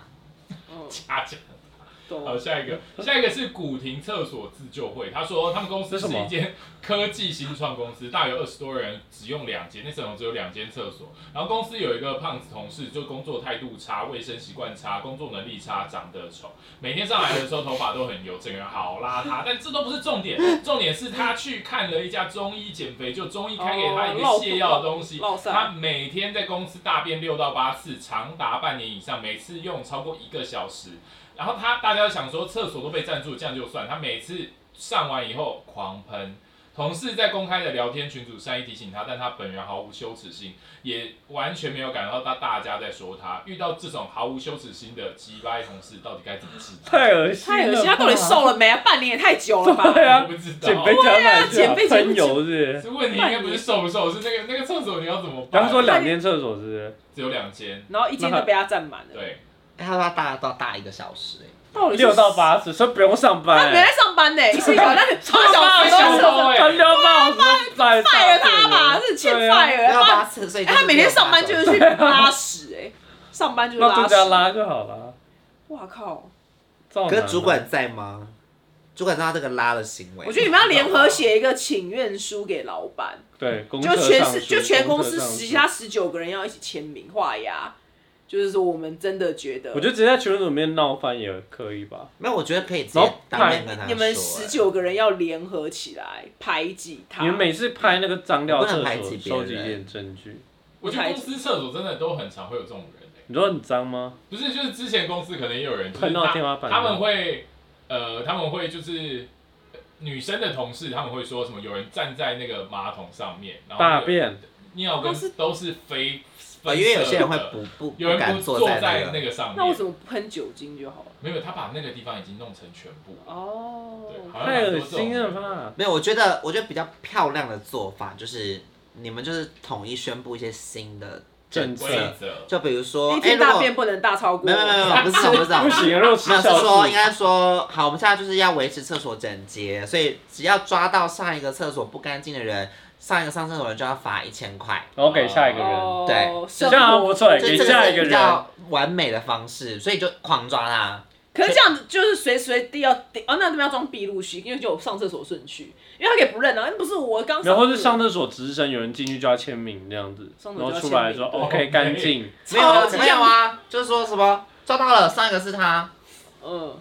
Speaker 2: 真的嗯
Speaker 1: 家长。好，
Speaker 2: 懂。
Speaker 1: 啊呃下一个，下一个是古亭厕所自救会。他说他们公司
Speaker 3: 这
Speaker 1: 是
Speaker 3: 是什么
Speaker 1: 一间科技新创公司，大约二十多人，只用两间，那时候只有两间厕所。然后公司有一个胖子同事，就工作态度差、卫生习惯差、工作能力差、长得丑，每天上来的时候头发都很油，整个人好邋遢。但这都不是重点，重点是他去看了一家中医减肥，就中医开给他一个泻药的东西，
Speaker 2: 哦落塞
Speaker 1: 他每天在公司大便六到八次，长达半年以上，每次用超过一个小时。然后他大家想说厕所都被占住，这样就算。他每次上完以后狂喷，同事在公开的聊天群组善意提醒他，但他本人毫无羞耻心，也完全没有感受到大家在说他。遇到这种毫无羞耻心的鸡掰同事，到底该怎么治？
Speaker 3: 太恶心了吧，
Speaker 2: 太恶心，他到底瘦了没啊？半年也太久了吧？
Speaker 3: 对啊
Speaker 1: 我不知道。
Speaker 3: 减肥加奶
Speaker 2: 减肥减
Speaker 3: 喷油是不是，
Speaker 1: [laughs] 这问题应该不是瘦不瘦，是那个那个厕所你要怎么办？
Speaker 3: 然后说两间厕所是不是，
Speaker 1: 只有两间，
Speaker 2: 然后一间都被他占满了，
Speaker 1: 对，
Speaker 4: 哎、他说他大到大一个小时、哎，
Speaker 2: 到底是
Speaker 3: 六到，八次，所以不用上
Speaker 2: 他
Speaker 3: 班、
Speaker 2: 没在上班呢，一次一小，但是超小
Speaker 1: 八
Speaker 2: 时
Speaker 1: 小
Speaker 2: 都
Speaker 1: 时
Speaker 2: 是
Speaker 1: 哎
Speaker 3: 他六到八十在
Speaker 2: fire 他吧，是欠
Speaker 3: 啊
Speaker 2: fire，
Speaker 4: 要
Speaker 2: 他
Speaker 4: 八次，所以
Speaker 2: 哎、他每天上班就是
Speaker 4: 是
Speaker 2: 去拉屎、哎，上班就是
Speaker 3: 啊那
Speaker 2: 拉
Speaker 3: 就这样
Speaker 2: 屎。
Speaker 3: 拉就好了。
Speaker 2: 哇靠！
Speaker 3: 照拿
Speaker 4: 可是主管在吗？主管知道这个拉的行为，
Speaker 2: 我觉得你们要联合写一个请愿书给老板，
Speaker 3: 对，公
Speaker 2: 就
Speaker 3: 车
Speaker 2: 全
Speaker 3: 上
Speaker 2: 市
Speaker 3: 书
Speaker 2: 就全公司
Speaker 3: 车上
Speaker 2: 其
Speaker 3: 书
Speaker 2: 他十九个人要一起签名画押，就是说我们真的觉得，
Speaker 3: 我觉得直接在群组里面闹翻也可以吧。
Speaker 4: 没有，我觉得可以直
Speaker 3: 然
Speaker 4: 接
Speaker 3: 后
Speaker 4: 当面跟他说、啊
Speaker 2: 你们十九个人要联合起来排挤他。
Speaker 3: 你们每次拍那个脏掉
Speaker 4: 我不能
Speaker 3: 厕
Speaker 4: 排
Speaker 3: 所，
Speaker 4: 挤别
Speaker 3: 收
Speaker 4: 人
Speaker 3: 集一点证据。
Speaker 1: 我觉得公司厕所真的都很常会有这种人、欸
Speaker 3: 你说很脏吗？
Speaker 1: 不是，就是之前公司可能也有人，就是
Speaker 3: 喷到
Speaker 1: 他
Speaker 3: 天花板
Speaker 1: 他们会，呃，他们会就是呃女生的同事，他们会说什么？有人站在那个马桶上面，然后那
Speaker 3: 大
Speaker 1: 个
Speaker 3: 便，
Speaker 1: 尿
Speaker 2: 哦
Speaker 1: 跟
Speaker 2: 是
Speaker 1: 都是非，
Speaker 4: 哎，
Speaker 1: 分
Speaker 4: 因为有些人会
Speaker 1: 色的
Speaker 4: 不不
Speaker 1: 有人
Speaker 4: 敢
Speaker 1: 不
Speaker 4: 坐
Speaker 1: 坐
Speaker 4: 那
Speaker 1: 在
Speaker 4: 个，
Speaker 1: 那个上面，
Speaker 2: 那为什么不喷酒精就好了？
Speaker 1: 没有，他把那个地方已经弄成全部，
Speaker 2: 哦，
Speaker 1: 对，好像
Speaker 3: 太
Speaker 1: 蛮
Speaker 3: 恶
Speaker 1: 多这种
Speaker 3: 心了
Speaker 1: 人。
Speaker 3: 吧！
Speaker 4: 没有，我觉得我觉得比较漂亮的做法就是你们就是统一宣布一些新的政
Speaker 3: 政策
Speaker 1: 规则，
Speaker 4: 就比如说，
Speaker 2: 一
Speaker 4: 哎、
Speaker 2: 天
Speaker 4: 如
Speaker 2: 大
Speaker 4: 果
Speaker 2: 便不能大超过
Speaker 4: 没有没有没有没有不是这种不是这种
Speaker 3: 不行，如果吃
Speaker 4: 没有是
Speaker 3: 小
Speaker 4: 说，应
Speaker 3: 猪，
Speaker 4: 该说，好，我们现在就是要维持厕所整洁，所以只要抓到上一个厕所不干净的人，上一个上厕所的人就要罚一千块。
Speaker 3: 然后给下一个人，
Speaker 2: 哦，
Speaker 4: 对
Speaker 2: 生
Speaker 3: 这样
Speaker 2: 活
Speaker 3: 好像不错哎
Speaker 4: 就
Speaker 3: 给
Speaker 4: 这
Speaker 3: 下
Speaker 4: 个
Speaker 3: 一个人
Speaker 4: 是比较完美的方式，所以就狂抓他。
Speaker 2: 可是这样子就是随时随地要定哦，那你们要装闭路区，因为就有上厕所顺序，因为他可以不认啊，那不是我刚
Speaker 3: 然后
Speaker 2: 厕
Speaker 3: 是上厕所值生，有人进去就要签名这样子，
Speaker 2: 上
Speaker 3: 然
Speaker 2: 厕所就
Speaker 3: 后
Speaker 2: 要
Speaker 3: 出来说哦
Speaker 2: 签名
Speaker 3: OK 干
Speaker 2: [laughs]
Speaker 3: 净，
Speaker 4: [laughs] 没有
Speaker 2: 超
Speaker 4: 啊，
Speaker 2: 级
Speaker 4: 没有啊，就是说什么抓到了，上一个是他，
Speaker 2: 嗯，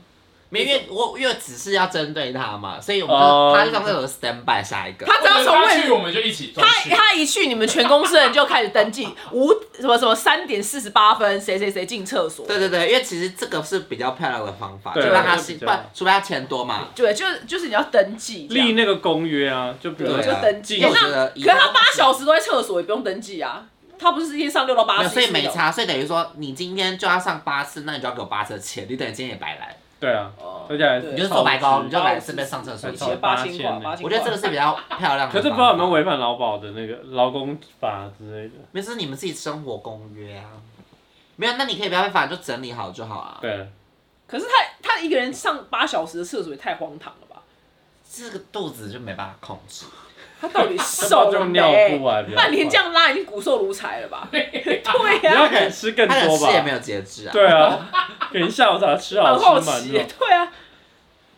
Speaker 4: 没因为我因为只是要针对他嘛，所以我们
Speaker 3: 哦
Speaker 4: 就他就上厕所 stand by 下一个。
Speaker 2: 他只要从
Speaker 1: 或者他
Speaker 2: 位
Speaker 1: 去，我们就一起装
Speaker 2: 他
Speaker 1: 去。
Speaker 2: 他一去，你们全公司的人就开始登记，五什么什么三点四十八分，谁谁谁进厕所，
Speaker 4: 对对对，因为其实这个是比较漂亮的方法，就
Speaker 3: 对
Speaker 4: 让他
Speaker 3: 这
Speaker 4: 是
Speaker 3: 个比
Speaker 4: 不
Speaker 3: 较
Speaker 4: 然，除非他钱多嘛。
Speaker 2: 对，就是就是你要登记这
Speaker 3: 立
Speaker 2: 样，
Speaker 3: 那个公约啊，就比如
Speaker 4: 对
Speaker 3: 说
Speaker 4: 啊
Speaker 2: 就登记。可
Speaker 3: 进
Speaker 4: 因
Speaker 2: 是
Speaker 4: 为我觉
Speaker 2: 那
Speaker 4: 得
Speaker 2: 可是他八小时都在厕所，也不用登记啊，他不是一天上六到八
Speaker 4: 没有，
Speaker 2: 次，
Speaker 4: 所以没。差，所以等于说你今天就要上八次，那你就要给我八次的钱，你等于今天也白来，
Speaker 3: 对啊，
Speaker 2: 哦
Speaker 3: 而且还
Speaker 2: 对
Speaker 4: 你就是做白工，你就来
Speaker 2: 哦
Speaker 4: 顺便上厕所一
Speaker 3: 是
Speaker 4: 起
Speaker 3: 是。
Speaker 2: 写八千块，
Speaker 3: 八千呢
Speaker 2: 八千块。
Speaker 4: 我觉得这个是比较漂亮的。
Speaker 3: 可是不知道有没有，违反劳保的那个劳工法之类的，
Speaker 4: 没事，你们自己生活公约啊。没有，那你可以不要被罚，你就整理好就好啊。
Speaker 3: 对，
Speaker 2: 可是他他一个人上八小时的厕所也太荒唐了吧？
Speaker 4: 这个肚子就没办法控制。
Speaker 2: 他到底
Speaker 3: 包
Speaker 2: 瘦了
Speaker 3: 装尿
Speaker 2: 没
Speaker 3: 布？啊，比较
Speaker 2: 那连
Speaker 3: 快
Speaker 2: 这样拉已经骨瘦如柴了
Speaker 3: [laughs]
Speaker 2: 吧？对啊
Speaker 3: 你要
Speaker 2: 呀、
Speaker 3: 敢吃更
Speaker 4: 他的
Speaker 3: 多
Speaker 4: 吃也没
Speaker 3: 吧？
Speaker 4: 有节制啊。
Speaker 3: 对啊，给人下午茶吃
Speaker 2: 很
Speaker 3: 好
Speaker 4: [laughs]
Speaker 2: 好
Speaker 3: 吃
Speaker 2: 奇
Speaker 3: 满
Speaker 2: 耶，
Speaker 3: 的，
Speaker 2: 对啊。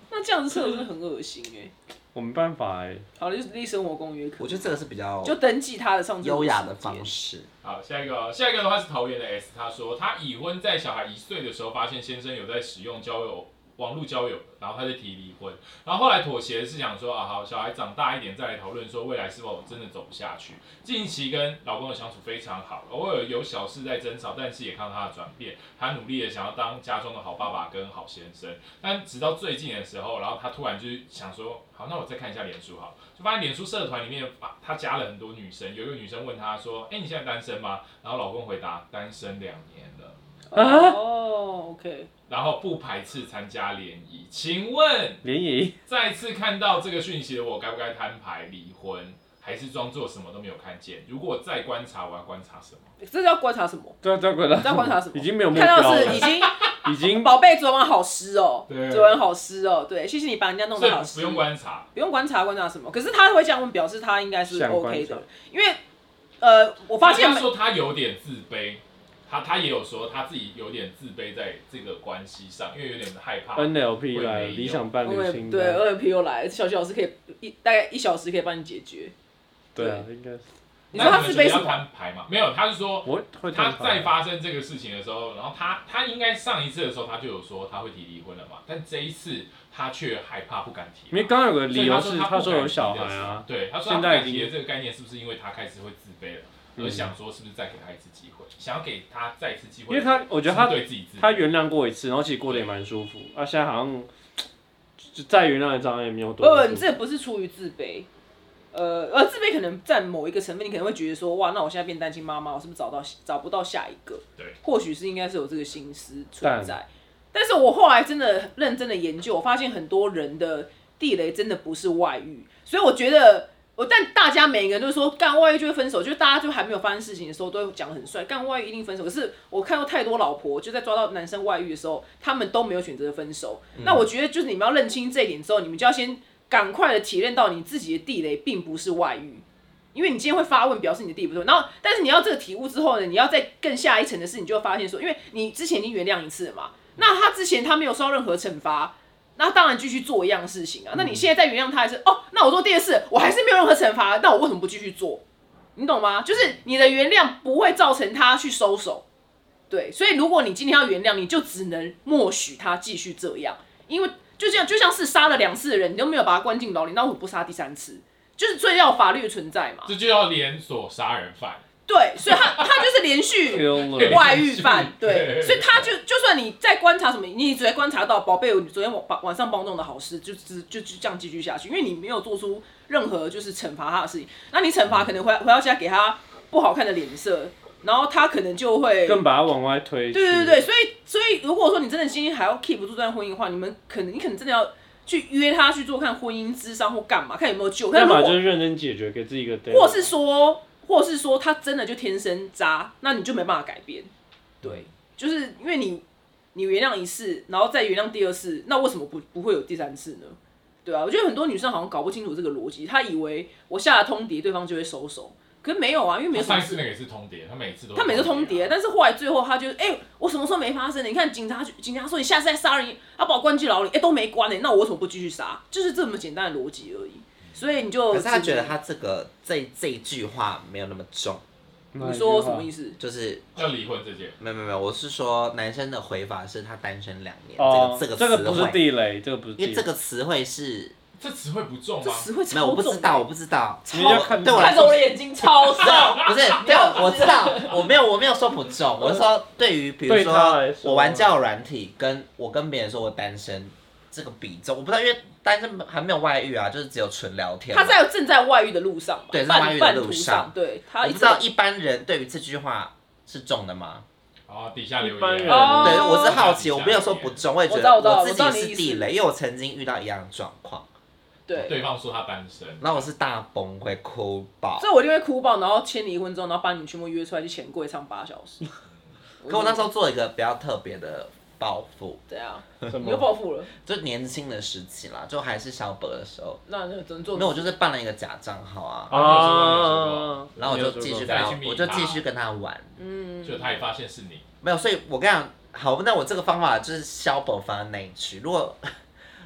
Speaker 2: 那这样子厕所真的很恶心哎。
Speaker 3: 我没办法哎。
Speaker 2: 好了，就是离生活公约可
Speaker 4: 我觉得这个是比较
Speaker 2: 就登记他的上厕所
Speaker 4: 优雅的
Speaker 2: 时间
Speaker 4: 方式。
Speaker 1: 好，下一个哦，下一个的话是桃园的 S，他说他已婚，在小孩一岁的时候发现先生有在使用交友网络交友，然后他就提离婚，然后后来妥协是想说啊好，小孩长大一点再来讨论说未来是否真的走不下去。近期跟老公的相处非常好，偶尔有小事在争吵，但是也看到他的转变，他努力的想要当家中的好爸爸跟好先生，但直到最近的时候，然后他突然就是想说，好，那我再看一下脸书好了，就发现脸书社团里面啊他加了很多女生，有一个女生问他说，哎、你现在单身吗？然后老公回答，单身两年了，
Speaker 3: 啊
Speaker 2: 哦，OK，
Speaker 1: 然后不排斥参加联谊，请问
Speaker 3: 联谊，
Speaker 1: 再次看到这个讯息的我，该不该摊牌离婚，还是装作什么都没有看见？如果再观察，我要观察什么？
Speaker 2: 这要观察什么？
Speaker 3: 对啊，对啊，观察，
Speaker 2: 在观察什么
Speaker 3: 已经没有目标
Speaker 2: 看到
Speaker 3: 了
Speaker 2: 是，已经
Speaker 3: 已经
Speaker 2: 宝贝昨晚好湿哦，
Speaker 3: [laughs]
Speaker 1: 对
Speaker 2: 昨晚好湿哦，对，谢谢你把人家弄
Speaker 1: 所
Speaker 2: 得
Speaker 1: 以
Speaker 2: 好
Speaker 1: 不
Speaker 2: 湿，
Speaker 1: 用观察，
Speaker 2: 不用观察观察什么，可是他会这样问，表示他应该是
Speaker 3: 想
Speaker 2: OK
Speaker 3: 观察
Speaker 2: 的，因为呃，我发现
Speaker 1: 他说他有点自卑，他他也有说他自己有点自卑在这个关系上，因为有点害怕。
Speaker 2: 嗯
Speaker 3: NLP
Speaker 1: 会
Speaker 3: 来了
Speaker 1: 没有
Speaker 3: 理想伴
Speaker 2: 因
Speaker 3: 侣
Speaker 2: 为
Speaker 3: 清
Speaker 2: 对
Speaker 3: 单，
Speaker 2: 二 P 又来，小小时可以一大概一小时可以帮你解决。
Speaker 3: 对啊，应该是
Speaker 2: 你说他自卑
Speaker 1: 那你们觉得要
Speaker 2: 什么？
Speaker 1: 摊牌嘛？没有，他是说
Speaker 3: 我会
Speaker 1: 他
Speaker 3: 探讨
Speaker 1: 在发生这个事情的时候，然后他他应该上一次的时候他就有说他会提离婚了嘛，但这一次他却害怕不敢提嘛。
Speaker 3: 因为刚刚有个理由
Speaker 1: 所
Speaker 3: 是
Speaker 1: 以
Speaker 3: 他
Speaker 1: 他
Speaker 3: 说
Speaker 1: 说
Speaker 3: 有小孩啊，
Speaker 1: 对，他说他不
Speaker 3: 现在
Speaker 1: 敢提
Speaker 3: 已经嗯
Speaker 1: 的这个概念是不是因为他开始会自卑了，而想说是不是再给他一次机会，想要给他再一次机
Speaker 3: 因
Speaker 1: 会？
Speaker 3: 为他我觉得他
Speaker 1: 是对自己自卑
Speaker 3: 他原谅过一次，然后其实过得也蛮舒服，啊，现在好像就再原谅一张也没有
Speaker 2: 不
Speaker 3: 多
Speaker 2: 不，
Speaker 3: 舒
Speaker 2: 你
Speaker 3: 服。
Speaker 2: 呃这不是出于自卑，呃呃，自卑可能占某一个成分，你可能会觉得说，哇，那我现在变单亲妈妈，我是不是找到找不到下一个？
Speaker 1: 对，
Speaker 2: 或许是应该是有这个心思
Speaker 3: 但
Speaker 2: 存在。但是我后来真的认真的研究，我发现很多人的地雷真的不是外遇，所以我觉得。我但大家每个人都说干外遇就会分手，就是大家就还没有发生事情的时候，都会讲得很帅，干外遇一定分手。可是我看到太多老婆就在抓到男生外遇的时候，他们都没有选择分手。那我觉得就是你们要认清这一点之后，你们就要先赶快的体认到你自己的地雷并不是外遇，因为你今天会发问，表示你的地雷不是。然后，但是你要这个体悟之后呢，你要再更下一层的事，你就会发现说，因为你之前已经原谅一次了嘛，那他之前他没有受到任何惩罚。那当然继续做一样事情啊。那你现在再原谅他一次，哦，那我做第二次，我还是没有任何惩罚，那我为什么不继续做？你懂吗？就是你的原谅不会造成他去收手，对。所以如果你今天要原谅，你就只能默许他继续这样，因为就像就像是杀了两次的人，你都没有把他关进牢里，那我不杀第三次？就是最要有法律的存在嘛。
Speaker 1: 这就叫连锁杀人犯。
Speaker 2: 对，所以他他就是连续
Speaker 3: Killer
Speaker 2: 外遇
Speaker 3: [laughs]
Speaker 2: 犯，对，
Speaker 1: 对
Speaker 2: 所以他就就算你在观察什么，你只会观察到宝贝，我昨天晚晚上帮弄的好事，就只就就这样继续下去，因为你没有做出任何就是惩罚他的事情，那你惩罚可能回回到家给他不好看的脸色，然后他可能就会
Speaker 3: 更把它往外推去。
Speaker 2: 对对对，所以所以如果说你真的今天还要 keep 住这段婚姻的话，你们可能你可能真的要去约他去做看婚姻智商或干嘛，看有没有救。但
Speaker 3: 要
Speaker 2: 如
Speaker 3: 么
Speaker 2: 果
Speaker 3: 就是认真解决，给自己一个 d a
Speaker 2: 或是说，或是说他真的就天生渣，那你就没办法改变。
Speaker 4: 对，
Speaker 2: 就是因为你你原谅一次，然后再原谅第二次，那为什么不不会有第三次呢？对啊，我觉得很多女生好像搞不清楚这个逻辑，她以为我下了通牒，对方就会收手，可是没有啊，因为
Speaker 1: 他
Speaker 2: 没有什
Speaker 1: 上
Speaker 2: 么
Speaker 1: 一
Speaker 2: 事
Speaker 1: 次那个也是通牒，他每次都
Speaker 2: 他每次通牒，
Speaker 1: 啊
Speaker 2: 但是后来最后他就哎、我什么时候没发生？你看警察局，警察说你下次再杀人，他把我关进牢里，哎、都没关呢、那我为什么不继续杀？就是这么简单的逻辑而已。所以你就
Speaker 4: 可是他觉得他这个这这一句话没有那么重，
Speaker 3: 你
Speaker 2: 你说什么意？思？
Speaker 4: 就是
Speaker 1: 要离婚这件，
Speaker 4: 没有没有没有，我是说男生的回法是他单身两年，
Speaker 3: 哦，
Speaker 4: 这个
Speaker 3: 这
Speaker 4: 这
Speaker 3: 个
Speaker 4: 个
Speaker 3: 不
Speaker 4: 词
Speaker 3: 是
Speaker 4: 汇，
Speaker 3: 地雷，这个不是地
Speaker 4: 因为
Speaker 3: 雷。
Speaker 4: 这个词汇是
Speaker 1: 这词汇不重
Speaker 2: 这
Speaker 1: 吗？
Speaker 2: 词汇
Speaker 4: 没有，
Speaker 2: 超
Speaker 4: 我不
Speaker 2: 重
Speaker 4: 知道，我不知道，
Speaker 3: 你要看
Speaker 4: 对我来
Speaker 2: 看着我的眼睛
Speaker 4: [laughs]
Speaker 2: 超重。
Speaker 4: 不是，没有，我知道，我没有，我没有说不重，我是说对于比如
Speaker 3: 对他来
Speaker 4: 说
Speaker 3: 说
Speaker 4: 我玩交友软体，跟我跟别人说我单身这个比重，我不知道，因为单身还没有外遇啊，就是只有纯聊天。
Speaker 2: 他在正在外遇的路上嘛，
Speaker 4: 对在外
Speaker 2: 半
Speaker 4: 遇的
Speaker 2: 半
Speaker 4: 路
Speaker 2: 途
Speaker 4: 上
Speaker 2: 上，对他一
Speaker 4: 我不
Speaker 2: 直
Speaker 4: 知道一般人对于这句话是重的吗？
Speaker 1: 然后底下留
Speaker 3: 一般人
Speaker 1: 言，
Speaker 2: 哦
Speaker 4: 对，我是好奇，我没有说不重，我也觉
Speaker 2: 我知道
Speaker 4: 得
Speaker 2: 我知道
Speaker 4: 自
Speaker 2: 我
Speaker 4: 己
Speaker 2: 知道你
Speaker 4: 是
Speaker 2: 意思
Speaker 4: 地雷，因为我曾经遇到一样的状况，
Speaker 2: 对，
Speaker 1: 对方说他单身，
Speaker 4: 然后我是大崩溃哭爆。
Speaker 2: 所以我就会哭爆，然后签离婚之
Speaker 4: [laughs]
Speaker 2: 后，然后把你们全部约出来去钱柜唱八小时。
Speaker 4: 可我那时候做一个比较特别的报复，
Speaker 2: 怎样？
Speaker 3: 什
Speaker 2: 啊你又
Speaker 3: 么？
Speaker 2: 暴富了？
Speaker 4: 就年轻的时期啦，就还是小博的时候，
Speaker 2: 那那只能做哦
Speaker 4: 没有，我就是办了一个假账号啊，
Speaker 1: 啊
Speaker 4: 然后我就继续跟他
Speaker 1: 再去，密
Speaker 4: 我就
Speaker 1: 他
Speaker 4: 继续跟他玩，
Speaker 2: 嗯，
Speaker 1: 就他也发现是你，
Speaker 4: 没有，所以我跟你讲，好，那我这个方法就是消保放在内驱。如果